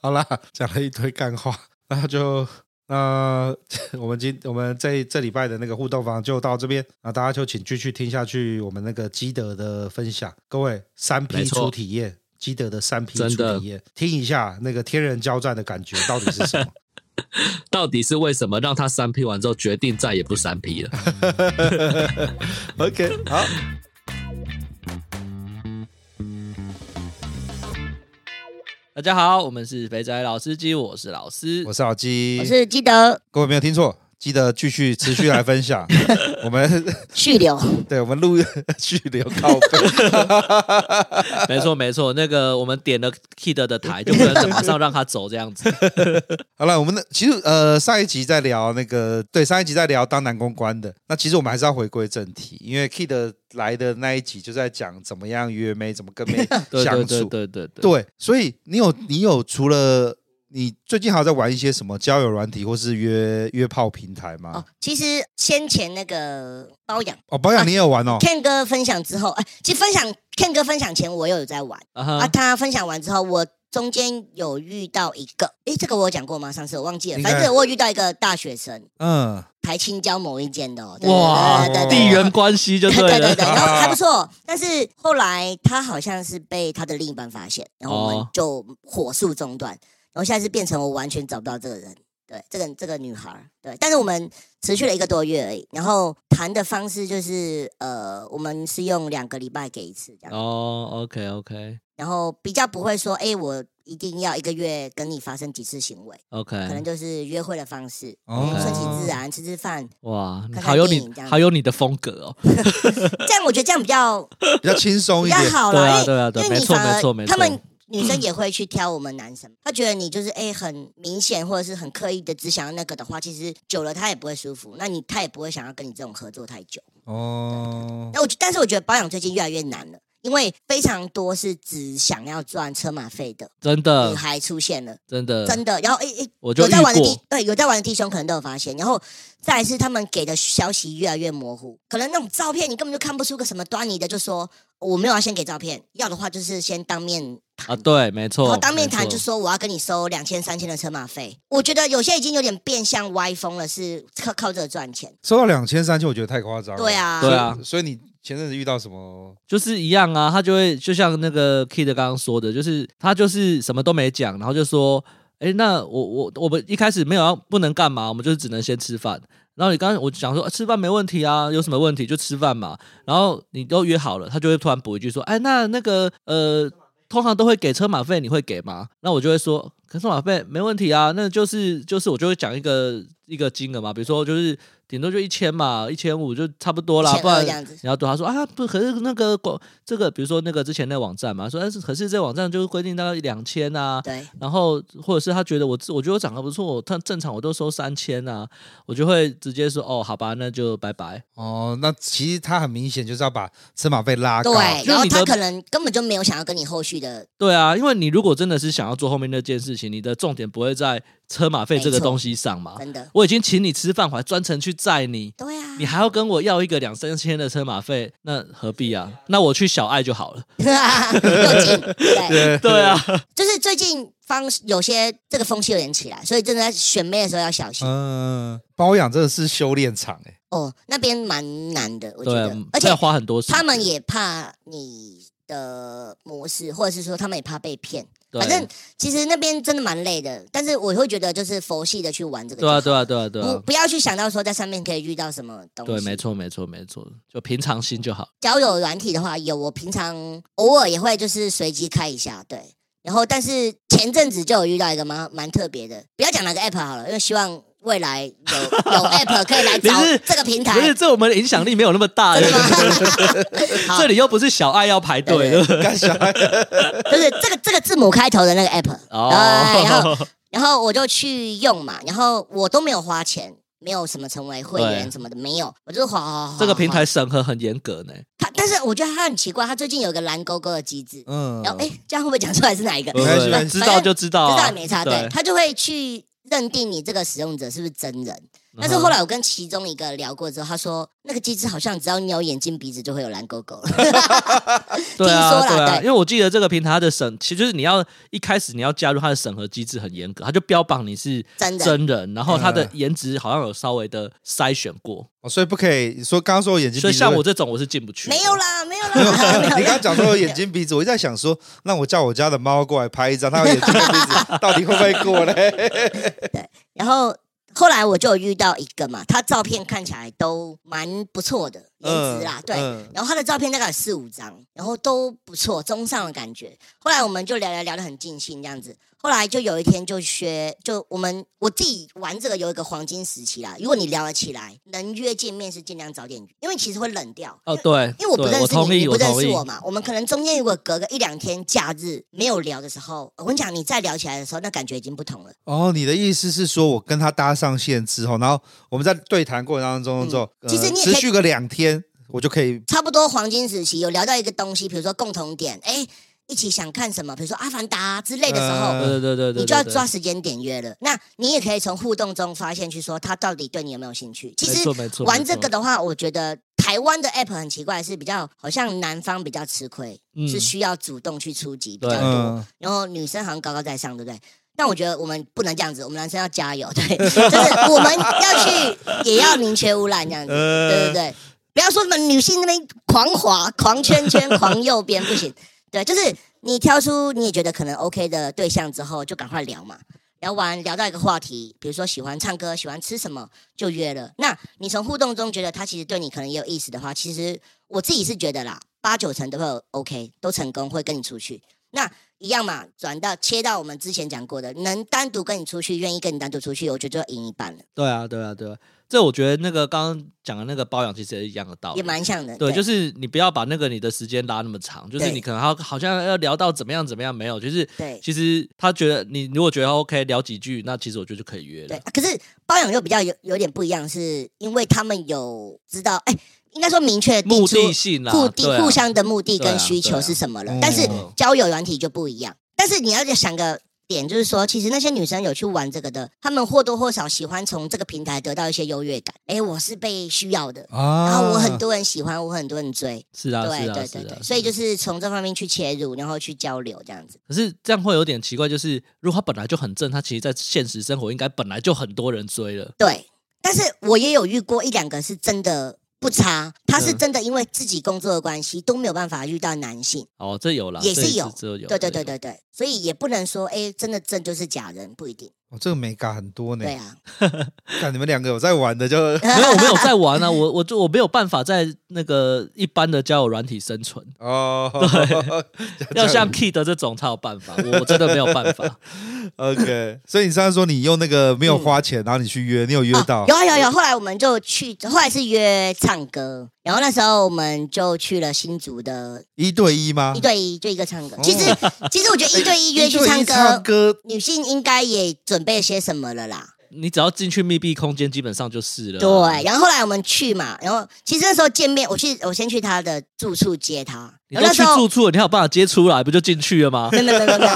S1: 好啦，讲了一堆干话，那就那 [LAUGHS] 我们今我们这这礼拜的那个互动房就到这边，那大家就请继续听下去我们那个基德的分享。各位三 P
S3: 没错
S1: 初体验，基德的三 P
S3: 真
S1: 初
S3: 的
S1: 体验，听一下那个天人交战的感觉到底是什么？
S3: 到底是为什么让他三 P 完之后决定再也不三 P 了？ [LAUGHS]
S1: OK，好。
S2: [LAUGHS] 大家好，我们是肥仔老司机，我是老司，
S1: 我是老鸡，
S4: 我是基德，
S1: 各位没有听错，记得继续持续来分
S2: [LAUGHS]
S1: 享。我们 [LAUGHS]
S4: 续留，哦
S1: 对我们录续留靠背，
S2: [LAUGHS] [LAUGHS] 没错没错，那个我们点了 Kid 的台，就不能马上让他走这样子。
S1: 好了，我们的其实呃上一集在聊那个，对上一集在聊当男公关的，那其实我们还是要回归正题，因为 Kid 来的那一集就在讲怎么样约妹，怎么跟妹
S2: [LAUGHS] 对
S1: 相
S2: 对
S1: 处
S2: 对。对对对，
S1: 对，所以你有你有除了你最近还有在玩一些什么交友软体或是约约炮平台吗？
S4: 哦，其实先前那个包养
S1: 啊哦，保养你也有玩哦，
S4: Ken 哥分享之后，哎、其实分享 Ken 哥分享前我有在玩、
S2: 啊
S4: 啊，
S2: 哈，
S4: 他分享完之后，我中间有遇到一个，诶，这个我有讲过吗？上次我忘记了，
S1: 应该
S4: 反正我有遇到一个大学生，
S1: 嗯，
S4: 台青交某一间的、哦，对
S2: 哇
S4: 对对，对对
S2: 地缘关系
S4: [LAUGHS]
S2: 就
S4: 对
S2: 对
S4: 对
S2: 了
S4: 对，对，啊然后还不错，但是后来他好像是被他的另一半发现，然后我们
S2: 哦
S4: 就火速中断，然后现在是变成我完全找不到这个人，对，这个这个女孩儿，对，但是我们持续了一个多月而已，然后谈的方式就是呃，我们是用两个礼拜给一次这样，
S2: 哦，OK OK
S4: 然后比较不会说，哎，我一定要一个月跟你发生几次行为，可
S2: OK，
S4: 能就是约会的方式，嗯
S1: 哦
S4: 顺其自然，吃吃饭，
S2: 哇，
S4: 看
S2: 好有
S4: 电
S2: 你
S4: 影这样
S2: 好有你的风格哦。
S4: 这样我觉得这样比较
S1: 比较轻松
S4: 比
S1: 一
S4: 较
S1: 点。
S4: 好
S2: 对
S4: 啦，
S2: 啊
S4: 因为
S2: 对啊对
S4: 因为
S2: 没
S4: 你
S2: 错
S4: 反而
S2: 没错没错
S4: 他们女生也会去挑我们男生，她觉得你就是哎、很明显或者是很刻意的只想要那个的话，其实久了她也不会舒服，那你她也不会想要跟你这种合作太久。
S2: 嗯
S1: 哦，
S4: 那我觉但是我觉得保养最近越来越难了。因为非常多是只想要赚车马费的
S2: 真
S4: 女
S2: 的，
S4: 孩出现了，
S2: 真的，
S4: 嗯真的。然后诶诶，
S2: 我就
S4: 有
S2: 遇
S4: 在玩的弟
S2: 过，
S4: 对有在玩的弟兄可能都有发现。然后再来是他们给的消息越来越模糊，可能那种照片你根本就看不出个什么端倪的，就说我没有要先给照片，要的话就是先当面
S2: 啊，对，没
S4: 然
S2: 错
S4: 后，当面谈
S2: 没
S4: 就
S2: 错
S4: 说我要跟你收两千三千的车马费，我觉得有些已经有点变相歪风了，是靠靠这个赚钱。
S1: 收到两千三千，我觉得太夸张了。
S4: 对，啊，
S2: 对啊，
S1: 所以你前阵子遇到什么？
S2: 就是一样啊，他就会就像那个 Kid 刚刚说的，就是他就是什么都没讲，然后就说，哎，那我我我们一开始没有要不能干嘛，我们就是只能先吃饭。然后你刚刚我想说、啊吃饭没问题啊，有什么问题就吃饭嘛。然后你都约好了，他就会突然补一句说，哎，那那个呃，通常都会给车马费，你会给吗？那我就会说，可是车马费没问题啊，那就是就是我就会讲一个一个金额嘛，比如说就是顶多就一千嘛，一千五就差不多啦，
S4: 1200
S2: 不然
S4: 这样子
S2: 然后对他说啊，不，可是那个广这个，比如说那个之前那网站嘛，说但是可是这网站就是规定大概两千啊，
S4: 对，
S2: 然后或者是他觉得我自我觉得我长得不错，我他正常我都收三千啊，我就会直接说哦，好吧，那就拜拜。
S1: 哦，那其实他很明显就是要把车马费拉高。
S4: 对，
S2: 就
S4: 然
S2: 是
S4: 后
S2: 你的
S4: 他可能根本就没有想要跟你后续的，
S2: 对啊，因为你如果真的是想要做后面那件事情，你的重点不会在车马费这个
S4: 没错
S2: 东西上嘛。
S4: 真的，
S2: 我已经请你吃饭，我还专程去载你，
S4: 对啊
S2: 啊
S4: [LAUGHS]
S2: 你，还要跟我要一个两三千的车马费，那何必啊？那我去小爱就好了。 [LAUGHS]
S4: 又近，对，
S1: 对
S2: 对啊，
S4: 就是最近方有些这个风气有点起来，所以真的在选妹的时候要小心
S1: 嗯，包养真的是修炼场哎。
S4: 哦，那边蛮难的，我觉
S2: 对
S4: 得
S2: 啊，，这
S4: 而且
S2: 要花很多时间。
S4: 他们也怕你的模式，或者是说他们也怕被骗。
S2: 对
S4: 反正其实那边真的蛮累的，但是我会觉得就是佛系的去玩这个就
S2: 对啊，
S4: 好，
S2: 对啊，对啊，对
S4: 不
S2: 啊，
S4: 不要去想到说在上面可以遇到什么东西。
S2: 对，没。错，没错，没错，就平常心就好。
S4: 交友软体的话，有我平常偶尔也会就是随机开一下，对。然后，但是前阵子就有遇到一个蛮蛮特别的，不要讲哪个 app 好了，因为希望未来有 [LAUGHS] 有 app 可以来找
S2: 不是
S4: 这个平台
S2: 不，是，这我们的影响力没有那么大，
S4: 真的
S2: 对不对
S4: 吗？好
S2: 这，里又不是小爱要排队，
S4: 对
S2: 对不对？
S1: 干啥？
S4: 就是这个这个字母开头的那个 app，对，然后
S2: 哦，
S4: 然后我就去用嘛，然后我都没有花钱，没有什么成为会员
S2: 对
S4: 什么的，没有，我就滑滑滑。
S2: [LAUGHS] 这个平台
S4: 滑，
S2: 审核很严格呢。
S4: 它但是我觉得它很奇怪，它最近有一个蓝勾勾的机制，
S1: 嗯
S4: 然后哎，这样会不会讲出来是哪一个？
S1: 没
S2: 对
S1: 关系
S4: [LAUGHS]
S1: 没
S2: 对
S1: 关
S2: 对
S1: 系
S2: 知道就知道啊，
S4: 知道也没差，对
S2: 对，。
S4: 它就会去认定你这个使用者是不是真人。但是后来我跟其中一个聊过之后，他说那个机制好像只要你有眼睛鼻子就会有蓝勾勾了。
S2: 对
S4: 听
S2: 啊，
S4: 说啦
S2: 对啊，因
S4: 对
S2: 为我记得这个平台它的审，其实就是你要一开始你要加入它的审核机制很严格，它就标榜你是
S4: 真人
S2: 真人，然后它的
S1: 嗯
S2: 颜值好像有稍微的筛选过，
S1: 哦所以不可以说刚刚说我眼睛，
S2: 所以像我
S1: 这。
S2: 这种我是进不去的。
S4: 没有啦，没有啦，
S1: 没
S4: 没
S1: 有
S4: 有啦
S1: [LAUGHS] 你刚刚讲说有眼睛鼻子，我一直在想
S2: [LAUGHS]
S1: 说，那我叫我家的猫过来拍一张，它有眼睛跟鼻子，到底会不会过嘞？
S4: [LAUGHS] 然后后来我就有遇到一个嘛，他照片看起来都蛮不错的，颜值啦，对。
S5: 嗯
S4: 然后他的照片大概有四五张，然后都不错，中上的感觉。后来我们就聊聊聊得很尽兴这样子。后来就有一天就学，就我们我自己玩这个有一个黄金时期啦。如果你聊得起来，能约见面是尽量早点约，因为其实会冷掉。
S2: 哦，对，
S4: 因为我不
S2: 对
S4: 认
S2: 我
S4: 识你，
S2: 同
S4: 你
S2: 意，
S4: 不认
S2: 同
S4: 识
S2: 意，
S4: 我嘛，我们可能中间如果隔个一两天假日没有聊的时候，我跟你讲，你再聊起来的时候，那感觉已经不同了。
S1: 哦，你的意思是说我跟他搭上线之后，然后我们在对谈过程当中之后，
S4: 嗯其实
S1: 呃
S4: 你也可以
S1: 持续个两天，我就可以
S4: 差不多黄金时期有聊到一个东西，比如说共同点，哎，一起想看什么，比如说《阿凡达》之类的时候，
S1: 嗯
S2: 对对对对对，
S4: 你就要
S2: 对
S4: 抓时间点约了。那你也可以从互动中发现，去说他到底对你有没有兴趣。其
S2: 没
S4: 实
S2: 错没错，
S4: 玩
S2: 没
S4: 这
S2: 错
S4: 个的话，我觉得台湾的 app 很奇怪，是比较好像南方比较吃亏，
S2: 嗯
S4: 是需要主动去出击比较
S2: 对
S4: 多。
S1: 嗯，
S4: 然后女生好像高高在上，对不对？但我觉得我们不能这样子，我们男生要加油，
S2: [LAUGHS]
S4: 对，就是我们要去也要宁缺毋滥这样子，对对对，不要说什么女性那边狂滑、狂圈圈、狂右边
S2: [LAUGHS]
S4: 不行，对，就是你挑出你也觉得可能 OK 的对象之后，就赶快聊嘛。聊完聊到一个话题，比如说喜欢唱歌、喜欢吃什么，就约了。那你从互动中觉得他其实对你可能也有意思的话，其实我自己是觉得啦，八九成都会有 OK，都成功会跟你出去。那一样嘛，转到切到我们之前讲过的，能单独跟你出去，愿意跟你单独出去，我觉得就赢一半了，
S2: 对啊对啊对啊，这我觉得那个刚刚讲的那个包养其实也一样的道理
S4: 也，蛮像的。
S2: 对，就是是你不要把那个你的时间拉那么长，就是
S4: 对
S2: 你可能要好像要聊到怎么样怎么样，没有，就是
S4: 对
S2: 其实他觉得你如果觉得 OK 聊几句，那其实我觉得就可以约
S4: 对、
S2: 了。
S4: 啊可是包养又比较有有点不一样，是因为他们有知道，哎、应该说明确地
S2: 目
S4: 出
S2: 的性啦，
S4: 固
S2: 对
S4: 定
S2: 啊
S4: 互相的目的
S2: 对啊
S4: 跟需
S2: 对
S4: 求
S2: 啊
S4: 是什么了
S1: 嗯。
S4: 但是
S2: 嗯
S4: 交友软体就不一样。但是你要想个点，就是说，其实那些女生有去玩这个的，她们或多或少喜欢从这个平台得到一些优越感。哎，我是被需要的。
S1: 啊，
S4: 然后我很多人喜欢，我很多人追，
S2: 是啊
S4: 对
S2: 是啊
S4: 对
S2: 是
S4: 对
S2: 啊
S4: 对，，所以就是从这方面去切入，然后去交流这样子。
S2: 可是这样会有点奇怪，就是如果他本来就很正，他其实在现实生活应该本来就很多人追了，
S4: 对，但是我也有遇过一两个是真的不差，他是
S2: 嗯
S4: 真的因为自己工作的关系都没有办法遇到男性，
S2: 哦，这有啦，
S4: 也
S2: 这
S4: 是
S2: 有
S4: 有，
S2: 这有，
S4: 对对
S2: 这有
S4: 对，对对，所以也不能说哎，真的正就是假人，不一定。
S1: 哦这个美感很多呢
S4: 对。啊，
S1: 看你们两个有在玩的
S4: [LAUGHS]
S1: 就，
S2: 没有我没有在玩啊，我我就我没有办法在那个一般的交友软体
S1: [LAUGHS]
S2: 生存，
S1: 哦，
S2: 要像 Kid 这种才有办法，我我真的没有办法。
S1: [LAUGHS]
S2: [LAUGHS]
S1: OK，所以你上次说你用那个没有花钱，然后你去约，你有约到
S4: 哦，有啊有啊有啊，后来我们就去，后来是约唱歌，然后那时候我们就去了新竹的
S1: 一对一吗
S4: 一？对一，就一个唱歌。其实其实我觉得一对一约去
S1: 啊 [LAUGHS] 对一
S4: 唱
S1: 唱
S4: 歌，
S1: 歌
S4: 女性应该也准备些什么了啦。
S2: 你只要进去密闭空间，基本上就是了。
S4: 对，，然后后来我们去嘛，然后其实那时候见面，我去我先去他的住处接他，
S2: 你
S4: 然后
S2: 都
S4: 那
S2: 去
S4: 时候
S2: 住处了，你还有办法接出来，不就进去了
S4: [LAUGHS]
S2: 吗？
S4: 没有没有没有没
S2: [LAUGHS]
S4: 有，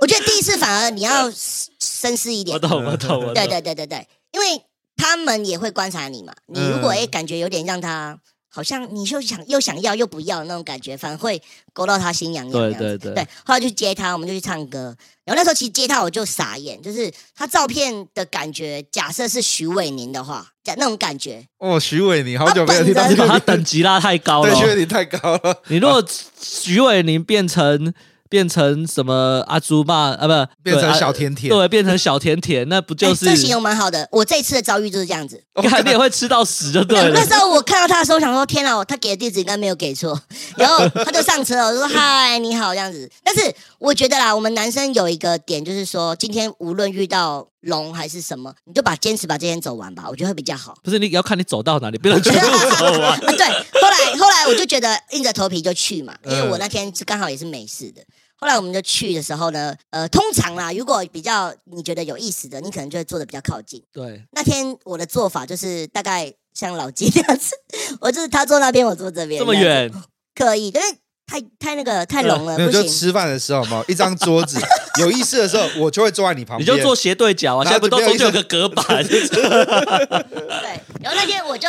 S4: 我觉得第一次反而你要深思一点
S2: 我，懂，我懂，我懂。
S4: 对对对对对，因为他们也会观察你嘛，你如果
S1: 嗯
S4: 哎、诶感觉有点让他。好像你又想又想要又不要那种感觉，反而会勾到他心痒痒这
S2: 对
S4: 样子。
S2: 对对
S4: 对，后来就接他，我们就去唱歌。然后那时候其实接他我就傻眼，就是他照片的感觉，假设是徐伟宁的话，假那种感觉，
S1: 哦，徐伟宁，好久没有听到
S4: 他
S1: 这
S2: 你
S4: 本人
S2: 把
S1: 个
S2: 它等级拉太高
S1: [LAUGHS]
S2: 了
S1: 对，
S2: 哦。
S1: 徐伟宁太
S2: [LAUGHS]
S1: 高了。
S2: 你如果徐伟宁变成变成什么阿朱嘛啊，不
S1: 变成
S2: 对啊
S1: 小甜甜
S2: 对，变成小甜甜，那不就
S4: 哎
S2: 是
S4: 这形容蛮好的。我这一次的遭遇就是这样子。
S2: 看你也会吃到屎就对
S4: [LAUGHS] 那
S2: 了
S4: 那。时候我看到他的时候，想说天啊，他给的地址应该没有
S2: [LAUGHS]
S4: 给错。然后他就上车了，我就说嗨，你好这样子。但是我觉得啦，我们男生有一个点，就是说今天无论遇到龙还是什么，你就把坚持把这天走完吧，我觉得会比较好。
S2: 不是你要看你走到哪里，不能
S4: [LAUGHS]
S2: 全部 [LAUGHS] 走
S4: 啊
S2: 完。
S4: 对，后来后来我就觉得硬着头皮就去嘛，因
S1: 嗯
S4: 为我那天是刚好也是没事的。后来我们就去的时候呢，呃，通常啦，如果比较你觉得有意思的，你可能就会坐的比较靠近。
S2: 对，
S4: 那天我的做法就是大概像老金那样子，我就是他坐那边，我坐这边，
S2: 这么
S4: 样子，
S2: 远，
S4: 刻意，因为太太那个太拢了，
S1: [LAUGHS] 没有，
S4: 不
S1: 就
S4: 行。
S1: 吃饭的时候嘛，一张桌子，有意思的时候，我就会坐在你旁
S2: 你
S1: 边。
S2: 就坐斜对角啊，
S1: 然后
S2: 现在不都
S1: 没有
S2: 中
S1: 意思
S2: 间有个隔板？ [LAUGHS]
S4: 对，然后那天我就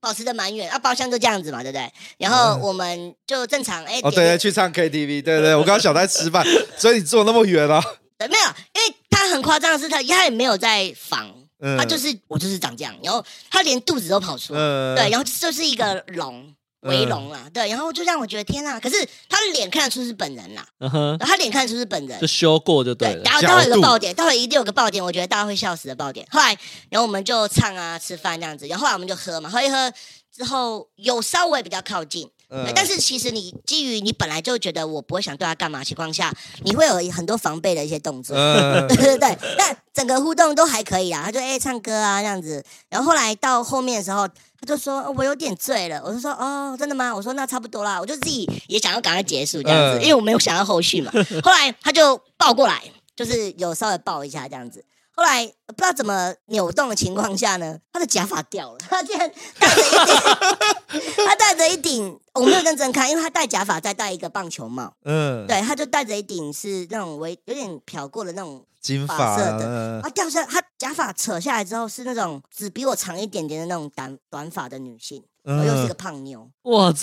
S4: 保持的蛮远，啊，包厢就这样子嘛，对不对？然后我们就正常，哎、
S1: 哦，对
S4: 点
S1: 对，去唱 KTV，对对，我刚刚小戴吃饭，所以你坐那么远啊，
S4: 对，没有，因为他很夸张的是他，他也没有在防，
S1: 嗯，
S4: 他啊就是我就是长这样，然后他连肚子都跑出来，
S1: 嗯，
S4: 对，然后就是一个龙。围
S1: 嗯
S4: 龙啊，对，然后就让我觉得天啊！可是他的脸看得出是本人啦，
S2: 嗯哼，
S4: 他脸看得出是本人
S2: 就，修过就对了
S4: 对，然。后待会有
S1: 角
S4: 个
S1: 度
S4: 爆点，待会一定有个爆点，我觉得大家会笑死的爆点。后来，然后我们就唱啊、吃饭这样子，然后后来我们就喝嘛，喝一喝，之后有稍微比较靠近，
S2: 嗯
S4: 对但是其实你基于你本来就觉得我不会想对他干嘛的情况下，你会有很多防备的一些动作。
S1: 呃，
S4: 对对对，但整个互动都还可以啦。他就哎、唱歌啊这样子，然后后来到后面的时候，他就说、哦我有点醉了，我就说哦真的吗？我说那差不多啦，我就自己也想要赶快结束这样子，
S1: 嗯
S4: 因为我没有想到
S1: [LAUGHS]
S4: 后续嘛。后来他就抱过来，就是有稍微抱一下这样子。后来不知道怎么扭动的情况下呢，他的假发掉了，他竟然戴着一顶，他戴着一顶，我没有认真看，因为他戴假发再戴一个棒球帽，
S1: 嗯，
S4: 对，他就戴着一顶是那种微有点漂过的那种
S1: 金发
S4: 发色的
S1: 呃
S4: 啊，掉下来，她假发扯下来之后是那种只比我长一点点的那种短短发的女性，
S1: 嗯
S4: 然后又是个胖妞，
S2: [LAUGHS] 我
S1: 哦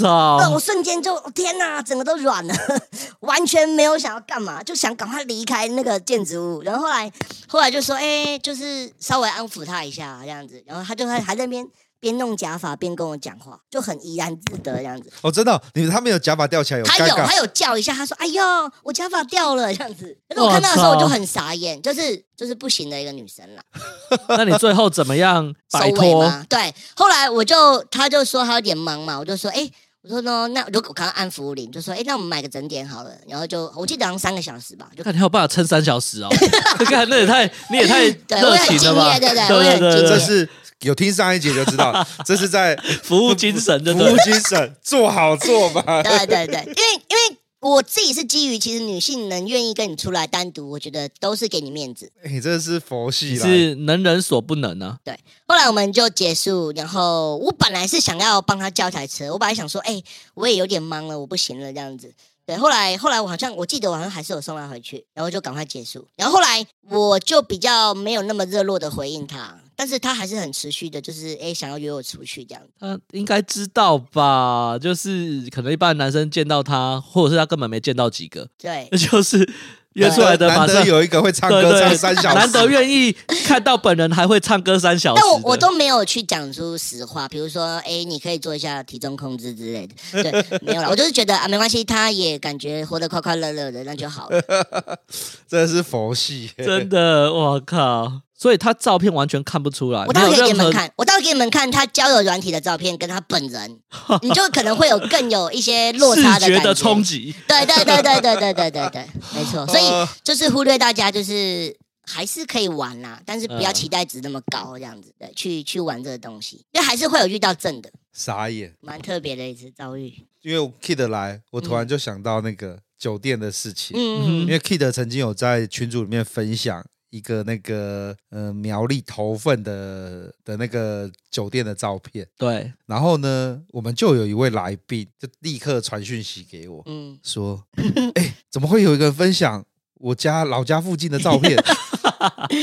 S4: 那、
S2: 操！
S4: 我瞬间就天哪，整个都软了， [LAUGHS] 完全没有想要干嘛，就想赶快离开那个建筑物。然后后来后来就说，哎、就是稍微安抚她一下这样子，然后她就还还在那边边弄假发边跟我讲话，就很怡然自得这样子。
S1: 哦，真的哦，你他们有假发吊起来有
S4: 他
S1: 尴
S4: 有
S1: 尬
S4: 他有叫一下，他说：“哎呦，我假发掉了。”这样子，可是我
S2: 我
S4: 看到的时候我就
S2: 操
S4: 很傻眼，就是就是不行的一个女生啦。
S2: 那你最后怎么样摆
S4: 收尾
S2: 脱？
S4: 嘛。对，后来我就他就说他有点忙嘛，我就说哎。我说呢，那如果我刚刚按服务铃，就说哎，那我们买个整点好了。然后就我记得好像三个小时吧，就
S2: 看你还有办法撑三小 [LAUGHS] 时哦！看那也太你也太
S4: 对
S2: 热情了吧？
S4: 我也很敬业对对我也
S2: 对
S4: 很
S2: 对
S4: 敬
S1: 这
S4: 业
S2: 对，
S1: 是有听上一节就知
S4: [LAUGHS]
S1: 道，这是在
S2: 服务精神，对
S1: 服
S2: 对
S1: 务精神，做好做 [LAUGHS]
S2: 啊
S1: 嘛。
S4: 对对
S2: [LAUGHS]
S4: 对，因为因为我自己是基于其实女性能愿意跟你出来单独，我觉得都是给你面子。
S1: 你这哎是佛系啦，
S2: 是能人所不能啊！
S4: 后来我们就结束，然后我本来是想要帮他叫台车，我本来想说，哎、我也有点忙了，我不行了这样子。对，后来后来我好像我记得我好像还是有送他回去，然后就赶快结束。然后后来我就比较没有那么热络的回应他，但是他还是很持续的，就是哎、想要约我出去这样。
S2: 他应该知道吧？就是可能一般男生见到他，或者是他根本没见到几个，
S4: 对
S2: 那就是约
S1: 难
S2: 出
S1: 得
S2: 来的马
S1: 难
S2: 上
S1: 得有一个会唱
S2: 对
S1: 歌
S2: 对
S1: 唱三小时，
S2: [LAUGHS] 难得愿意看到本人还会唱歌三小时的。
S4: 但我我都没有去讲出实话，比如说，哎、你可以做一下体重控制之类的，对，没有了。我就是觉得啊，没关系，他也感觉活得快快乐乐的，那就好了。
S1: 这是佛系。
S2: [LAUGHS] 真的，我靠！所以他照片完全看不出来，
S4: 我
S2: 没
S4: 待
S2: 有
S4: 会可以给
S2: 任
S4: 你们
S2: 何
S4: 看，我待会给你们看他交友软体的照片跟他本人，你就可能会有更有一些落差
S2: 视
S4: 的感
S2: 觉
S4: 觉。
S2: 的冲击。
S4: 对对对对对对对对对，没错。所以就是忽略大家，就是还是可以玩啦，但是不要期待值那么高，这样子对，去去玩这个东西，因为还是会有遇到正的，
S1: 傻眼，
S4: 蛮特别的一次遭遇。
S1: 因为我 Kid 来，我突然就想到那个酒店的事情，
S4: 嗯
S1: 因，为 Kid 曾经有在群组里面分享。一个那个呃苗栗头份的的那个酒店的照片，
S2: 对，
S1: 然后呢，我们就有一位来宾就立刻传讯息给我，
S4: 嗯，
S1: 说：“哎、怎么会有一个人分享我家老家附近的照
S4: [LAUGHS]
S1: 片？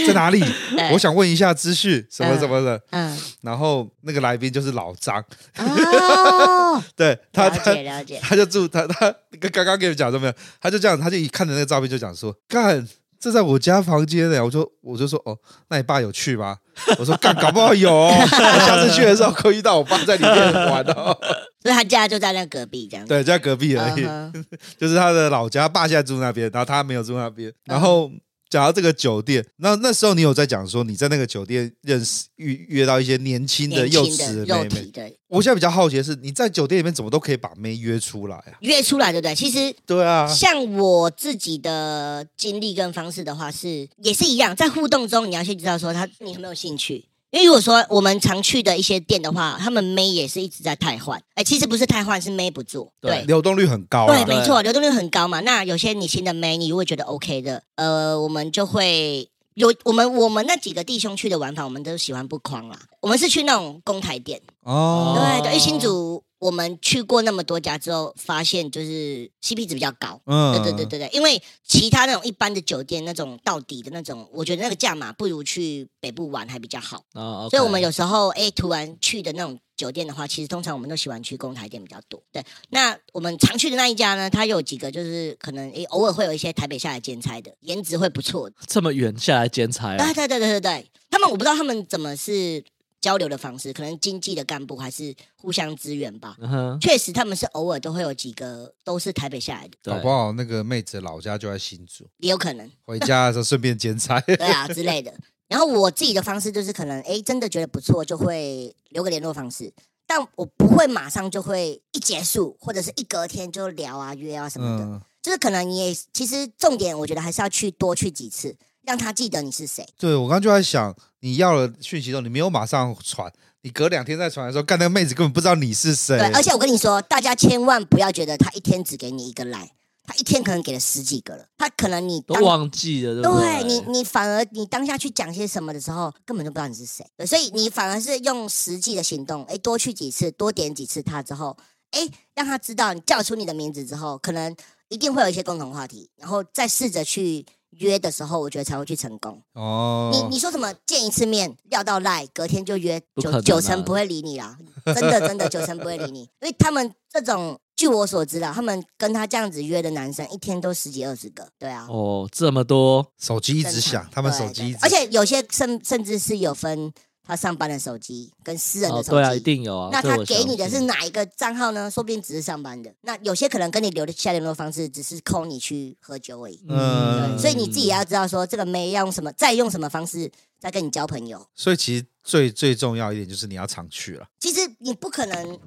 S1: 在哪里？
S4: 对
S1: 我想问一下资讯什么什么的。
S4: 哎嗯，
S1: 然后那个来宾就是老张，
S4: 哦，
S1: 对他
S4: 了
S1: 他
S4: 解了解，
S1: 他就住他他刚刚刚跟你们讲都没有，他就这样，他就一看着那个照片就讲说：干。”这在我家房间呢，我就我就说哦，那你爸有去吗？我说干，搞不好有、哦，我下次去的时候可以遇到我爸在里面玩哦。
S4: 所以他家就在那隔壁这样子。
S1: 对，就在隔壁而已。
S4: 嗯哼
S1: 就是他的老家爸现在住那边，然后他没有住那边。然
S4: 嗯
S1: 后讲到这个酒店，那那时候你有在讲说你在那个酒店认识遇约到一些年轻的
S4: 年
S1: 幼
S4: 轻
S1: 稚的
S4: 的肉
S1: 妹
S4: 体
S1: 妹。
S4: 对
S1: 我现在比较好奇的是，你在酒店里面怎么都可以把妹约出来啊？
S4: 约出来，对不对？其实
S1: 对啊，
S4: 像我自己的经历跟方式的话是，也是一样，在互动中你要先知道说他你有没有兴趣。因为如果说我们常去的一些店的话，他们妹也是一直在汰换，哎，其实不是汰换，是妹不做。
S2: 对
S4: 对
S1: 流动率很高
S4: 对，
S1: 啊。
S4: 没错，流动率很高嘛。那有些你新的妹，你如果觉得 OK 的，呃，我们就会有我们我们那几个弟兄去的玩法，我们都喜欢不框啦。我们是去那种公台店，
S1: 哦，
S4: 对对，因为新竹我们去过那么多家之后，发现就是 CP 值比较高。
S1: 嗯，
S4: 对对对对对，因为其他那种一般的酒店那种到底的那种，我觉得那个价码不如去北部玩还比较好。
S2: 啊，OK，
S4: 所以我们有时候哎，突然去的那种酒店的话，其实通常我们都喜欢去公台店比较多。对，那我们常去的那一家呢，它有几个就是可能哎，偶尔会有一些台北下来兼差的，颜值会不错的。
S2: 这么远下来兼差啊
S4: 对，对对对对对，他们我不知道他们怎么是交流的方式，可能经济的干部还是互相支援吧。
S2: 嗯哼，
S4: 确实，他们是偶尔都会有几个都是台北下来的，
S1: 搞
S2: 对
S1: 不好那个妹子老家就在新竹，
S4: 也有可能。
S1: 回家的时候顺便兼差。
S4: 对啊之类的。然后我自己的方式就是可能，哎，真的觉得不错，就会留个联络方式。但我不会马上就会一结束，或者是一隔天就聊啊约 [LAUGHS] 啊什么的。
S1: 嗯，
S4: 就是可能你也其实重点，我觉得还是要去多去几次，让他记得你是谁。
S1: 对我刚刚就在想，你要了讯息之后，你没有马上传，你隔两天再传的时候，干那个妹子根本不知道你是谁
S4: 对，，而且我跟你说，大家千万不要觉得他一天只给你一个来，他一天可能给了十几个了，他可能你
S2: 都
S4: 当
S2: 忘记了，对不
S4: 对你，你反而你当下去讲些什么的时候，根本就不知道你是谁，对所以你反而是用实际的行动，哎，多去几次，多点几次他之后，哎，让他知道你叫出你的名字之后，可能一定会有一些共同话题，然后再试着去约的时候，我觉得才会去成功。你
S1: 哦，
S4: 你说什么见一次面撂到赖，隔天就约，
S2: 不可
S4: 九
S2: 能啊
S4: 九成不会理你啦，真的真的九成不会理你，因为他们这种，据我所知啦，他们跟他这样子约的男生，一天都十几二十个，对啊。
S2: 哦，这么多，
S1: 手机一直
S4: 正常
S1: 响，他们
S4: 对
S1: 手机一直，
S4: 对而且有些甚甚至是有分他上班的手机跟私人的
S2: 哦，
S4: 手机。
S2: 对啊，一定有啊。
S4: 那
S2: 这
S4: 他
S2: 我
S4: 给你的
S2: 相
S4: 是
S2: 信
S4: 哪一个账号呢？说不定只是上班的。那有些可能跟你留的下联络方式，只是 call 你去喝酒而已。
S1: 嗯
S4: 对，所以你自己也要知道说，这个妹要用什么，再用什么方式再跟你交朋友。
S1: 所以其实最最重要一点就是你要常去了，
S4: 其实你不可能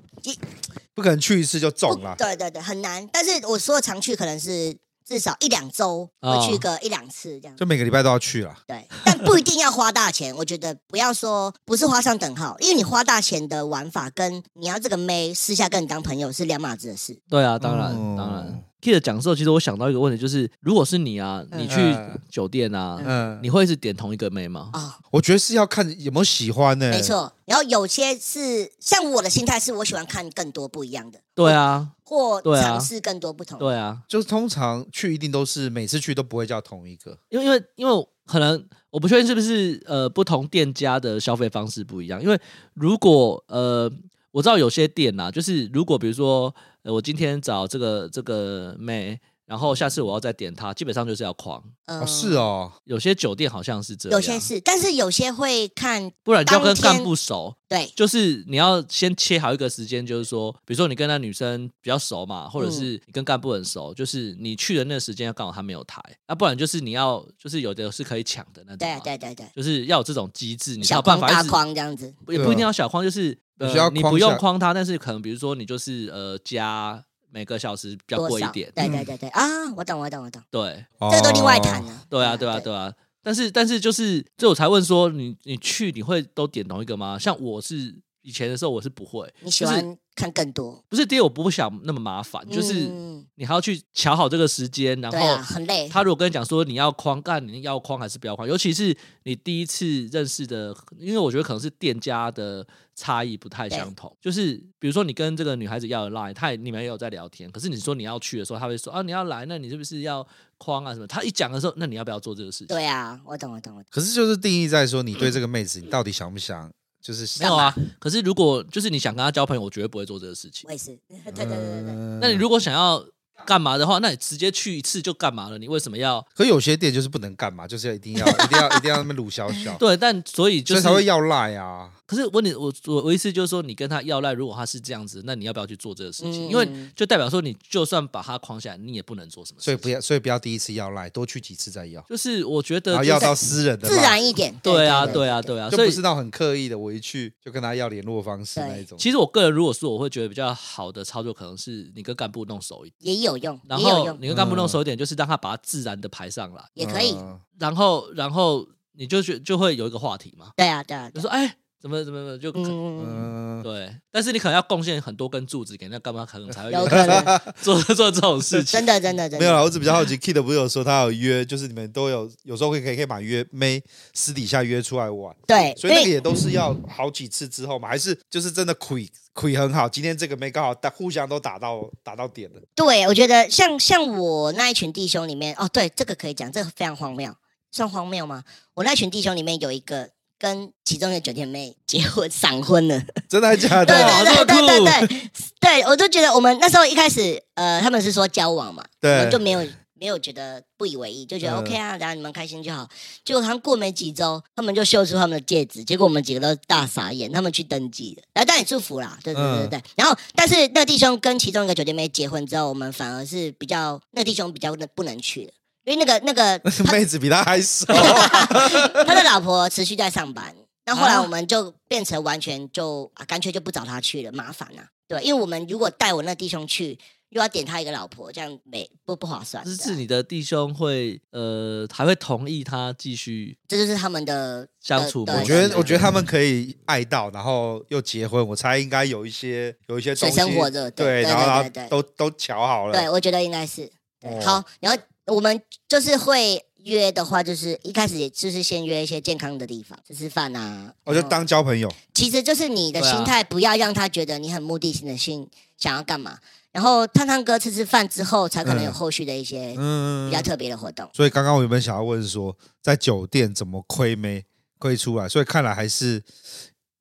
S1: 不可啊能去一次就
S4: 不
S1: 中了，
S4: 对对对，很难。但是我说的常去，可能是至少一两周
S2: 哦
S4: 会去个一两次这样。
S1: 就每个礼拜都要去了。
S4: 对，但不一定要花大钱。我觉得不要说不是花上等号，因为你花大钱的玩法跟你要这个妹私下跟你当朋友是两码子的事。
S2: 对啊，当然、
S1: 哦
S2: 当然。Kid 讲的时候，其实我想到一个问题，就是如果是你啊，
S4: 嗯
S2: 你去
S1: 嗯
S2: 酒店啊，
S1: 嗯，
S2: 你会是点同一个妹吗？
S4: 哦，
S1: 我觉得是要看有没有喜欢呢、
S4: 没，错。然后有些是像我的心态是，我喜欢看更多不一样的，
S2: 对啊，
S4: 或
S2: 对啊
S4: 尝试更多不同的。
S2: 对啊，
S1: 就是通常去一定都是每次去都不会叫同一个，
S2: 因为因为因为可能我不确定是不是呃不同店家的消费方式不一样，因为如果呃我知道有些店呐、啊，就是如果比如说、呃、我今天找这个这个妹，然后下次我要再点她，基本上就是要狂。
S4: 嗯
S1: 哦，啊是。哦，
S2: 有些酒店好像是这样，
S4: 有些是，但是有些会看
S2: 不然你就要跟
S4: 当天
S2: 干部熟，
S4: 对
S2: 就是你要先切好一个时间，就是说，比如说你跟那女生比较熟嘛，或者
S4: 嗯
S2: 是你跟干部很熟，就是你去的那个时间要刚好他没有台，那、不然就是你要就是有的是可以抢的那种啊
S4: 对啊
S2: 嘛，
S4: 对对对，
S2: 就是要有这种机制，你才
S4: 小
S2: 有办
S4: 框
S2: 法
S4: 大
S2: 一直
S4: 框这样子。
S2: 也
S1: 对啊
S2: 不一定要小框，就是
S1: 你需要
S2: 呃
S1: 框
S2: 你不
S1: 下
S2: 用框它，但是可能比如说你就是呃加每个小时比较
S4: 多
S2: 贵一
S4: 少？
S2: 点，嗯
S4: 对对对对啊！我懂，我懂，我懂，
S2: 对
S4: 这个都另外谈
S1: 哦
S4: 了。
S2: 对啊，对啊，对啊。但是，但是就是，这我才问说，你你去你会都点同一个吗？像我是以前的时候，我是不会，
S4: 你喜
S2: 就是
S4: 欢看更多，
S2: 不是第一，我不想那么麻烦，就是
S4: 嗯
S2: 你还要去瞧好这个时间，然
S4: 对啊， [LAUGHS]
S2: 后
S4: 很累。
S2: 他如果跟你讲说你要框干，你要框还是不要框，尤其是你第一次认识的，因为我觉得可能是店家的差异不太相同，就是比如说你跟这个女孩子要的 line，她也你们也有在聊天，可是你说你要去的时候，她会说啊你要来，那你是不是要框啊什么？她一讲的时候，那你要不要做这个事情？
S4: 对啊，我懂，我懂，我懂。
S1: 可是就是定义在说你对这个妹子，你到底想不想？就是
S2: 没有啊，可是如果就是你想跟他交朋友，我绝对不会做这个事情
S4: 我。也是，对对对对对。
S1: 嗯
S2: 那你如果想要干嘛的话，那你直接去一次就干嘛了？你为什么要？
S1: 可有些店就是不能干嘛，就是要一
S4: [LAUGHS]
S1: 定要一定要一定要那么鲁小小，
S2: 对，但所以
S1: 所
S2: 就
S1: 以
S2: 是，
S1: 才会要赖啊。
S2: 可是问你，我我我意思就是说，你跟他要赖，如果他是这样子，那你要不要去做这个事情？
S4: 嗯
S2: 因为就代表说，你就算把他框下来，你也不能做什么事
S1: 所
S2: 情。
S1: 以不要，所以不要第一次要赖，多去几次再要，
S2: 就是我觉得、
S1: 然
S2: 就
S1: 后
S2: 是
S1: 要到私人的
S4: 自
S1: 赖，
S4: 然一点。
S2: 对啊，
S4: [LAUGHS] 对
S2: 对啊，对啊，
S1: 就
S2: 所
S1: 不
S2: 以
S1: 是那种很刻意的，我一去就跟他要联络方式那一种。
S2: 其实我个人如果说，我会觉得比较好的操作，可能是你跟干部弄熟一点，
S4: 也有用，
S2: 然
S4: 也有
S2: 后
S4: 用，
S2: 你跟干部弄熟一点，就是让他把他自然的排上来。
S4: 也可以。
S1: 嗯
S2: 然后然后你就觉就会有一个话题嘛，
S4: 对啊，对啊，
S2: 就
S4: 对啊
S2: 说哎，怎么怎么怎么就可、
S4: 嗯，
S1: 嗯，
S2: 对，但是你可能要贡献很多根柱子给那干嘛，可能才会
S4: 有可能，
S2: [LAUGHS] 做做这种事情。
S4: 真的，真的，真
S1: 没有
S4: 的。
S1: 啦，我只比较好奇，Kid 不是有说他有约，就是你们都有有时候会可以可以把约妹私底下约出来玩，
S4: 对，
S1: 所
S4: 因
S1: 以那个
S4: 为
S1: 也都是要好几次之后嘛，还是就是真的亏亏很好，今天这个妹刚好打互相都打到打到点了。
S4: 对我觉得像像我那一群弟兄里面，哦，对，这个可以讲，这个非常荒谬，算荒谬吗？我那群弟兄里面有一个跟其中的酒店妹 [LAUGHS] 结婚闪婚了。
S1: 真的啊还假
S4: 对
S1: 的？
S4: 对对
S2: 这么酷
S4: 对对对，对我就觉得我们那时候一开始，呃，他们是说交往嘛，
S1: 对
S4: 我们就没有没有觉得不以为意，就觉得
S1: 嗯
S4: OK 啊，然后你们开心就好。结果他们过没几周，他们就秀出他们的戒指，结果我们几个都大傻眼，他们去登记了，然后当然祝福啦，对对对对对。
S1: 嗯
S4: 然后，但是那个弟兄跟其中一个酒店妹结婚之后，我们反而是比较那个弟兄比较不能去了，
S1: [LAUGHS]
S4: 因为那个那个他 [LAUGHS]
S1: 妹子比他还熟，
S2: [LAUGHS]
S4: 他的老婆持续在上班，那那后来
S2: 啊
S4: 我们就变成完全就、啊、干脆就不找他去了，麻烦啊。对，因为我们如果带我那弟兄去，又要点他一个老婆，这样没不不划算。
S2: 就是
S4: 对啊
S2: 你的弟兄会呃还会同意他继续
S4: 这就是他们的
S2: 相处
S4: 对
S2: 模式
S1: 我觉
S4: 对
S1: 得，
S4: 对
S1: 我觉得他们可以爱到，然后又结婚，我猜应该有一些有一些东
S4: 水
S1: 西，
S4: 深火热，对
S1: 然后他
S4: 对对对
S1: 都都瞧好了，
S4: 对，我觉得应该是对
S1: 哦
S4: 好。然后我们就是会约的话，就是一开始也就是先约一些健康的地方，吃吃饭啊。
S1: 我哦就
S4: 然后
S1: 当交朋友，
S4: 其实就是你的
S2: 对啊
S4: 心态，不要让他觉得你很目的性的心想要干嘛。然后唱唱歌、吃吃饭之后，才可能有
S1: 嗯
S4: 后续的一些比
S1: 嗯
S4: 较。特别的活动。
S1: 所以刚刚我原本想要问说，在酒店怎么亏没亏出来，所以看来还是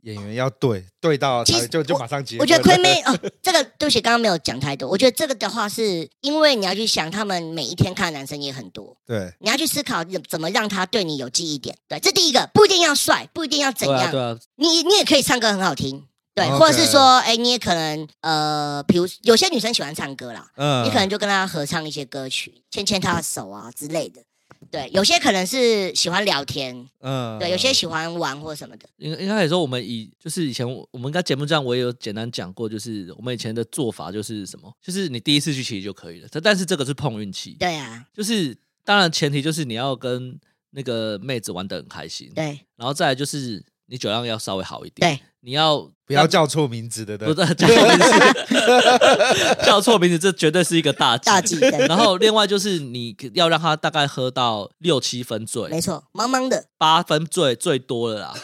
S1: 演员要对对到
S4: 其
S1: 才
S4: 实
S1: 就就马上结婚
S4: 我觉得亏妹哦， [LAUGHS] 这个对不起，刚刚没有讲太多。我觉得这个的话，是因为你要去想，他们每一天看的男生也很多，
S1: [LAUGHS] 对，
S4: 你要去思考怎怎么让他对你有记忆点。对，这第一个，不一定要帅，不一定要怎
S2: 对
S4: 样，
S2: 啊对啊，
S4: 你你也可以唱歌很好听，对
S1: OK
S4: 或者是说，哎，你也可能呃，比如有些女生喜欢唱歌啦，
S1: 嗯，
S4: 你可能就跟她合唱一些歌曲，牵牵她的手啊之类的。对，有些可能是喜欢聊天，
S1: 嗯，
S4: 对，有些喜欢玩或什么的。
S2: 应应该也说我们以就是以前我我们应该节目上我也有简单讲过，就是我们以前的做法就是什么，就是你第一次去其实就可以了，但但是这个是碰运气，
S4: 对啊，
S2: 就是当然前提就是你要跟那个妹子玩的很开心，
S4: 对
S2: 然后再来就是你酒量要稍微好一点，
S4: 对，
S2: 你要
S1: 不要叫错名字的，对
S2: 不是叫错名字，叫错名字这绝对是一个大忌。
S4: 大忌。对
S2: 然后另外就是你要让他大概喝到六七分醉，
S4: 没错，茫茫的，
S2: 八分最最多了啦。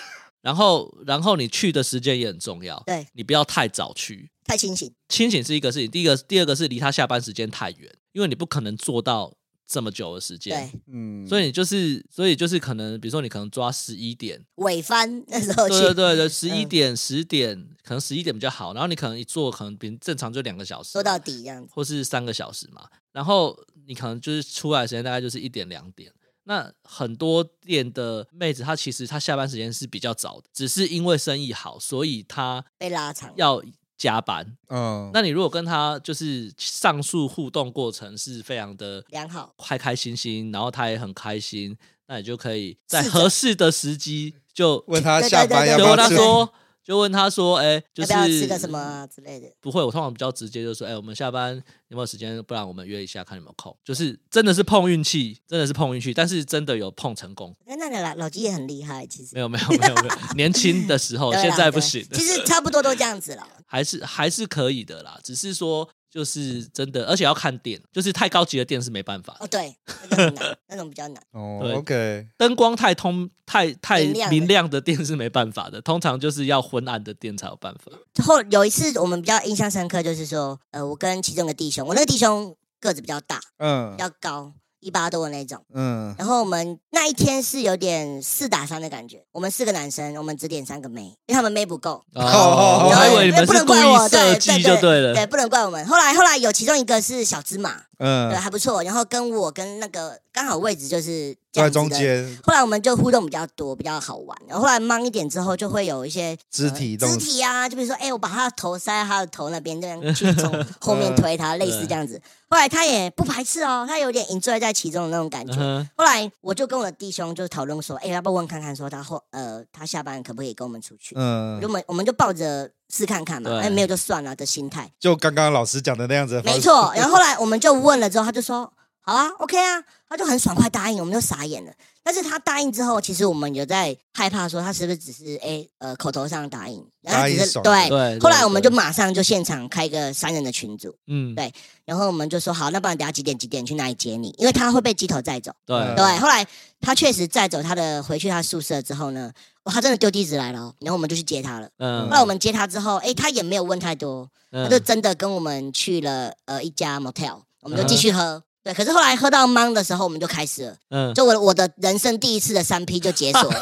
S2: 然后，然后你去的时间也很重要，
S4: 对，
S2: 你不要太早去。
S4: 太清醒。
S2: 清醒是一个事情，第一个，第二个是离他下班时间太远，因为你不可能做到这么久的时间
S4: 对，，
S1: 嗯，
S2: 所
S1: 以
S2: 以你就是，所以就是可能，比如说你可能抓十一点，
S4: 尾帆那时候去，
S2: 对对对对，
S4: 嗯
S2: 十一点、十点，可能十一点比较好，然后你可能一做可能比正常就两个小时
S4: 说
S2: 嘛，
S4: 到底这样子。
S2: 或是三个小时嘛，然后你可能就是出来的时间大概就是一点两点。那很多店的妹子，她其实她下班时间是比较早的，只是因为生意好，所以她
S4: 被拉长，
S2: 要加班。
S1: 嗯，
S2: 那你如果跟她就是上述互动过程是非常的
S4: 良好
S2: 开开心心，然后她也很开心，那你就可以在
S4: 试着
S2: 合适的时机就
S1: 问他下班要
S2: 就
S1: 不
S2: 问
S4: 对
S1: 要
S2: 她
S1: 吃？
S2: 说，就问她说，哎、就是
S4: 要不要吃个什么啊之类的？
S2: 不会，我通常比较直接，就是说，哎、我们下班有没有时间？不然我们约一下，看有没有空。就是真的是碰运气，真的是碰运气，但是真的有碰成功。
S4: 那那老老鸡也很厉害，其实
S2: 没。有，没有，没有，没
S4: [LAUGHS]
S2: 有。年轻的时候，
S4: 对啦
S2: 现在不
S4: 对
S2: 行，
S4: 其实差不多都这样子了。
S2: 还是还是可以的啦。只是说，就是真的，而且要看店，就是太高级的店是没办法
S4: 哦，，对，那种很难，那种比较难。
S1: 哦
S2: 对
S1: ，OK，
S2: 灯光太通太太
S4: 明亮的
S2: 明亮的店是没办法的，通常就是要昏暗的店才有办
S4: [LAUGHS]
S2: 法。
S4: 后有一次我们比较印象深刻，就是说，呃，我跟其中一个弟兄，我那个弟兄个子比较大，
S1: 嗯
S4: 比较高，一八多的那种。
S1: 嗯，
S4: 然后我们那一天是有点四打三的感觉，我们四个男生，我们只点三个妹，因为他们妹不够。
S1: 哦
S2: 我还以为你们
S4: 不
S2: 是
S4: 能
S2: 故
S4: 怪我，
S2: 意
S4: 对
S2: 设
S4: 对
S2: 计就对了。
S4: 对，不能怪我们。后来后来有其中一个是小芝麻，对，
S1: 嗯，
S4: 还不错。然后跟我跟那个刚好位置就是这
S1: 坐在
S4: 样子
S1: 中
S4: 的。
S1: 间，
S4: 后来我们就互动比较多，比较好玩。然后后来忙一点之后，就会有一些
S1: 肢体
S4: 肢
S1: 动
S4: 体啊，就比如说，哎、我把他的头塞在他的头那边，这样
S1: [LAUGHS]
S4: 去从后面推他，类似这样子。后来他也不排斥哦，他有点 enjoy 在其中的那种感
S2: 嗯
S4: 觉。
S2: 哼，
S4: 后来我就跟我的弟兄就讨论说，哎、要不要问看看，说他后呃，他下班可不可以跟我们出去？
S1: 嗯
S4: 我，们我们就抱着试看看嘛，
S2: 对
S4: 哎、没有就算了的心态。
S1: 就刚刚老师讲的那样子的方式，
S4: 没错。然后后来我们就问了之后，他就说好啊，OK 啊，他就很爽快答应，我们就傻眼了。但是他答应之后，其实我们有在害怕说他是不是只是哎呃口头上答应，然后他只
S1: 答应
S4: 是
S1: 爽
S4: 对。
S2: 对。
S4: 后来我们就
S2: 对
S4: 马上就现场开一个三人的群组，
S2: 嗯，
S4: 对然后我们就说好，那不然等下几点几点去哪里接你？因为他会被鸡头载走。
S2: 对
S1: 嗯
S4: 对，后来他确实载走他的回去他宿舍之后呢，哇他真的丢地址来了哦，然后我们就去接他了。
S2: 嗯
S4: 后来我们接他之后，哎，他也没有问太多，他就真的跟我们去了呃一家 motel，我们就继续喝。对，可是后来喝到懵的时候，我们就开始了，
S2: 嗯，
S4: 就我我的人生第一次的三 P 就解锁了。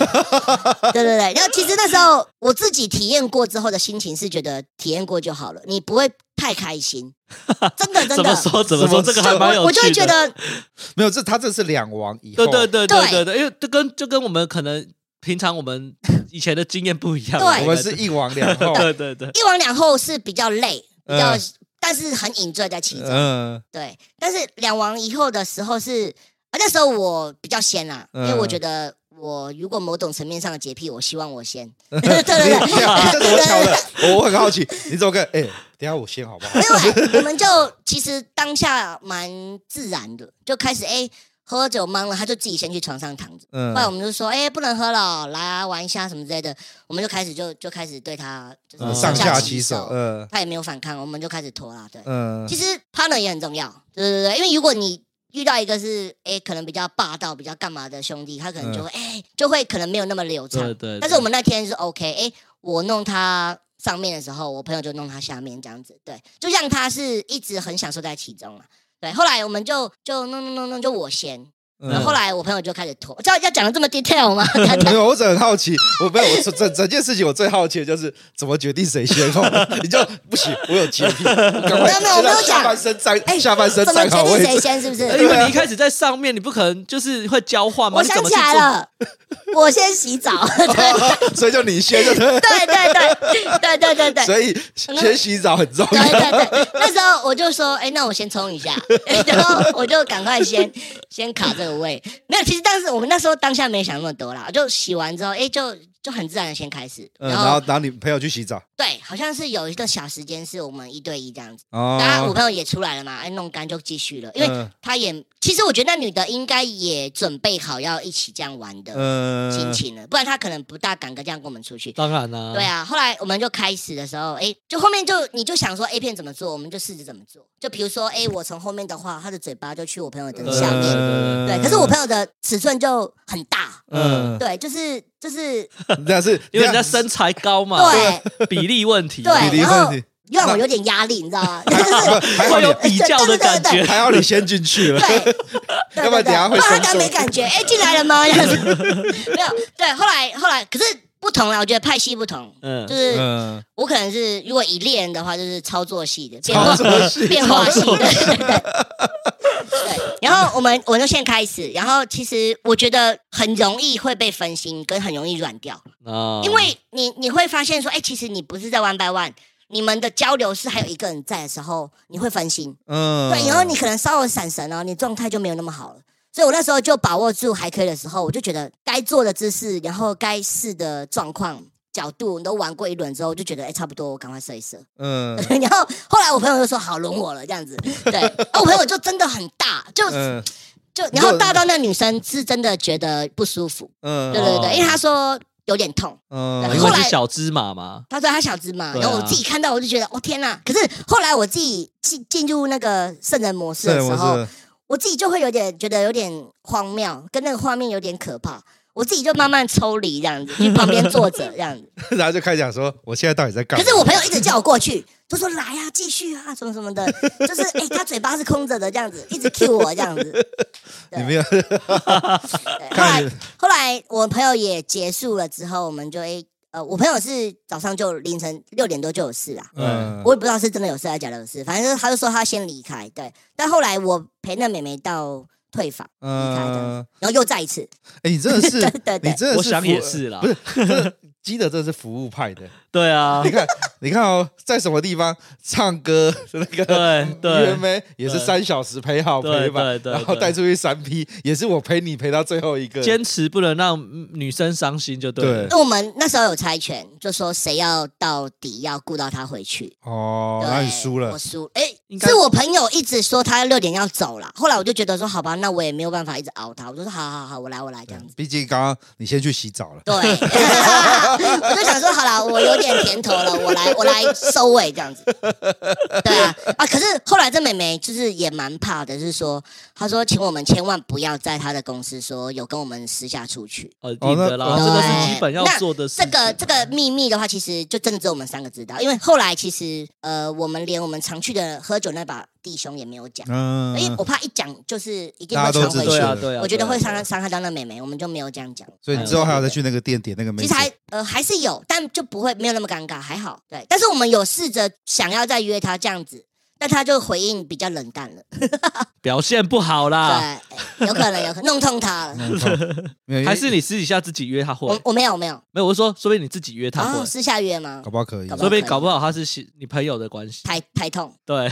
S4: 对对对，然后其实那时候我自己体验过之后的心情是觉得体验过就好了，你不会太开心，
S2: [LAUGHS]
S4: 真的真
S2: 怎么
S4: 的。
S2: 说怎么说，
S1: 怎
S2: 这
S1: 么
S2: 个还蛮有趣的。
S4: 我就会觉，得
S1: [LAUGHS] 没有这他这是两王以后，
S2: 对对对对对
S4: 对
S2: 对，因为这跟就跟我们可能平常我们以前的经验不一样。
S4: 对
S1: 我们是一王两后，
S2: 对对对，
S4: 一往两后是比较累，比较，
S1: 嗯
S4: 但是很 enjoy 在其中。
S1: 嗯
S4: 对，但是两王以后的时候是，啊那时候我比较先啦，因为
S1: 嗯
S4: 我觉得我如果某种层面上的洁癖，我希望
S1: [LAUGHS]
S4: 我先。对对对，
S1: [LAUGHS] 你这怎么巧的？我我很好奇，你怎么跟？哎，等一下我先好不好
S4: 没？有、欸，我们就其实当下蛮自然的，就开始哎、欸喝酒忙了，他就自己先去床上躺着。
S1: 嗯
S4: 后来我们就说，哎、不能喝了，来啊玩一下什么之类的，我们就开始就就开始对他就是
S1: 嗯
S2: 嗯
S1: 上
S4: 下
S1: 下其手，嗯
S4: 他也没有反抗，我们就开始拖啦。对，
S1: 嗯
S4: 其实 partner 也很重要，对对对，因为如果你遇到一个是哎、诶可能比较霸道、比较干嘛的兄弟，他可能就会哎、诶就会可能没有那么流畅。
S2: 对对，
S4: 但是我们那天是 OK，哎、我弄他上面的时候，我朋友就弄他下面这样子，对，就让他是一直很享受在其中嘛。对，后来我们就就弄弄弄弄，就我先，然后后
S1: 嗯。
S4: 来我朋友就开始拖，这要要讲的这么 detail 吗？
S1: 没有，我只很好奇，我没有，我整整件事情我最好奇的就是怎么决定谁先
S4: [LAUGHS]
S1: 好。你就不行，我有洁癖，赶快
S4: 没有没有我没有讲
S1: 下半身站，
S4: 哎
S1: 下半身
S4: 怎么
S1: 站
S4: 决
S1: 好
S4: 定
S1: 位
S4: 谁
S1: 置。
S4: 先？是不是？
S2: 呃因为你一开始在上面，你不可能就是会交换嘛。
S4: 我
S2: 你怎
S4: 想
S2: 么
S4: 起
S2: 去
S4: 来
S2: 做，
S4: 了，我先洗澡。
S1: 所以就你先，
S4: [LAUGHS]
S1: 就对。
S4: 对对对对对对对。
S1: 所以先洗澡很重
S4: 对
S1: 要。
S4: 对对，那时候我就说，哎、那我先冲
S1: [LAUGHS]
S4: 一下，然后我就赶快先先卡这个位。没有，其实当时我们那时候当下没想那么多啦，就洗完之后，哎、就就很自然的先开始。
S1: 嗯，
S4: 然
S1: 然
S4: 后,、
S1: 后然后你朋友去洗澡
S4: 对，好像是有一个小时间是我们一对一这样子，
S1: 哦
S4: 当然我朋友也出来了嘛，哎、弄干就继续了，因为
S1: 嗯
S4: 他也、其实我觉得那女的应该也准备好要一起这样玩的心
S1: 嗯，
S4: 情了，不然她可能不大敢跟这样跟我们出去。
S2: 当然啦、
S4: 对啊，后来我们就开始的时候，哎，就后面就你就想说 A 片怎么做，我们就试着怎么做。就比如说，哎，我从后面的话，他的嘴巴就去我朋友的下面，
S1: 嗯
S4: 对。可是我朋友的尺寸就很大，
S1: 嗯，
S4: 对，就是就是
S1: 但是
S2: 因为人家身材高嘛，
S4: 对，
S2: 比例问题，
S4: 对
S1: 比例问题，
S4: 让我有点压力，你知
S1: [LAUGHS]
S4: 道吗？就是
S1: 还好
S2: 会有
S1: 你
S2: 比较的感觉。
S1: 还好你先进去了，
S4: 对，
S1: [LAUGHS] 要不然等下会
S4: 不然
S1: 松
S4: 他
S1: 手
S4: 没感觉。哎，进来
S1: [LAUGHS]
S4: 了吗？这样子没有。对，后来后来，可是不同了，我觉得派系不同，
S2: 嗯
S4: 就，是
S1: 嗯，
S4: 我可能是如果以猎人的话，就是操作系的，变
S1: 操
S4: 化
S1: 作系
S4: 变化系的。 [LAUGHS] 对对对对，然后我们我就先开始，然后其实我觉得很容易会被分心，跟很容易软掉，
S2: 啊
S4: 因为你你会发现说，哎，其实你不是在 one by one，你们的交流是还有一个人在的时候，你会分心，
S1: 嗯，
S4: 对，然后你可能稍微闪神哦，你状态就没有那么好了。所以我那时候就把握住还可以的时候，我就觉得该做的姿势，然后该试的状况、角度，都玩过一轮之后，我就觉得哎、差不多，我赶快射
S1: [LAUGHS]
S4: 一射。
S1: 嗯
S4: 然后后来我朋友就说好轮我了这样子，对，啊我朋友就真的很大，就
S1: 嗯
S4: 就然后大到那女生是真的觉得不舒服，
S1: 嗯，
S4: 对对
S2: 哦
S4: 对，因为她说有点痛。
S1: 嗯
S2: 因
S4: 后
S2: 为
S4: 来
S2: 是小芝麻嘛，
S4: 她说她小芝麻，
S2: 对啊
S4: 然后我自己看到我就觉得，哦天呐！可是后来我自己进进入那个圣人模式的时候，
S1: 是，
S4: 我自己就会有点觉得有点荒谬，跟那个画面有点可怕。我自己就慢慢抽离这样子，去旁边坐着这样子。
S1: 然后就开始讲说我现在到底在干
S4: 可
S1: 嘛？
S4: 是我朋友一直叫我过去，就说来啊，继续啊，什么什么的，就是哎、他嘴巴是空着的这样子，一直 cue 我这样子。对
S1: 你没有
S4: 对后
S1: 看
S4: 来后来我朋友也结束了之后，我们就哎、呃，我朋友是早上就凌晨六点多就有事啊，
S1: 嗯
S4: 我也不知道是真的有事还是假的有事，反正他就说他先离开，对。但后来我陪那妹妹到退房，
S1: 嗯，
S4: 然后又再一次，
S1: 哎，你真的是
S4: [LAUGHS] 对对
S1: 你
S4: 对，
S1: 真的是
S2: 我想也
S1: 服
S2: 是啦
S1: 不。是这基 [LAUGHS] 德真的是服务派的。
S2: 对啊
S1: 你，看，你看哦，在什么地方唱歌那个
S2: 对对
S1: 约妹也是
S2: 对
S1: 三小时陪好陪
S2: 对
S1: 满
S2: 对，对
S1: 然后
S2: 对
S1: 带出去三 P，也是我陪你陪到最后一个。
S2: 坚持不能让嗯女生伤心就对了
S1: 对。
S4: 那我们那时候有猜拳，就说谁要到底要顾到他回去。
S1: 哦，
S4: 对
S1: 然后你输了
S4: 我，输。哎、
S2: 应该
S4: 是我朋友一直说他六点要走了，后来我就觉得说，好吧，那我也没有办法一直熬他，我就说好好好，我来我来这样子。
S1: 毕竟刚刚你先去洗澡了。
S4: 对， [LAUGHS] 我就想说好了，我有点甜头了，我来我来收尾这样子。对啊啊！可是后来这妹妹就是也蛮怕的，是说她说请我们千万不要在她的公司说有跟我们私下出去。
S2: 哦，一定的
S1: 哦
S2: 啦，
S1: 那
S2: 这个是
S4: 对
S2: 基本要
S4: 那
S2: 做的事
S4: 这
S2: 情。
S4: 个这个秘密的话，其实就真的只有我们三个知道，因为后来其实呃，我们连我们常去的喝酒那把弟兄也没有讲，
S1: 嗯，
S4: 因为哎我怕一讲就是一定
S1: 大家
S4: 会
S1: 都
S4: 传
S1: 知道
S2: 对
S4: 回去，
S2: 啊，对啊，
S4: 我觉得会
S2: 对啊
S4: 伤害伤害到那妹妹，我们就没有这样讲。
S1: 所以你之后还要再去那个店点那个妹
S4: 其
S1: 子。
S4: 实还呃还是有，但就不会没有那么尴尬，还好。对，但是我们有试着想要再约她这样子，但她就回应比较冷淡了。
S2: 表现不好啦，
S4: 对，有可能有可能弄痛她了。
S1: 嗯好没有，因为
S2: [LAUGHS] 还是你私底下自己约他会
S4: 我？我没有我没有，
S2: 没有，我是说，说不定你自己约他
S4: 然
S2: 会
S4: 后，私下约吗
S1: 搞？不好可以
S4: 搞。不好
S2: 说不定搞不好他是喜你朋友的关系。
S4: 太太痛。
S2: 对，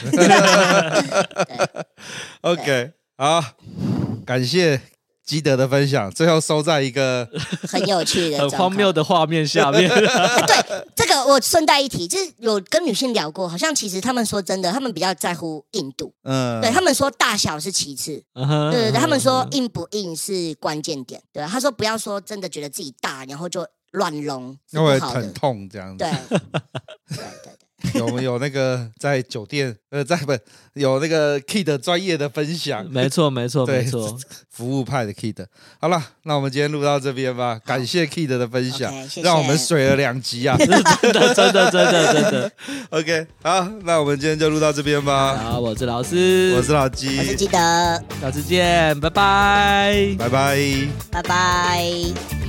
S1: OK，好，感谢基德的分享，最后收在一
S2: [LAUGHS]
S1: 个
S4: 很有趣的，
S2: 很 [LAUGHS] 荒谬。的画面下面，
S4: 对，这个我顺带一提，就是有跟女性聊过，好像其实他们说真的，他们比较在乎硬度，
S1: 嗯，
S4: 对他们说大小是其次，
S2: [LAUGHS] 嗯哼嗯
S4: 对对对，他们说硬不硬是关键点。对，他说不要说真的觉得自己大，然后就乱隆，是
S1: 因为
S4: 不好
S1: 很
S4: 的。
S1: 痛这样子
S4: 对，。对对对，
S1: 有有那个在酒店呃，在不有那个 Kid 专业的分享，
S2: 没错没错
S1: 对
S2: 没错， [LAUGHS]
S1: 服务派的 Kid。好了，那我们今天录到这边吧，感谢 Kid 的分享
S4: OK，谢，谢
S1: 让我们水了两集啊。 [LAUGHS]
S2: 真的真的真的真的。
S1: OK，好，那我们今天就录到这边吧。
S2: 好，我是老师，
S1: 我是老
S4: 我是
S1: 鸡，
S4: 记得，
S2: 下次见，拜拜。
S1: 拜拜。
S4: 拜拜。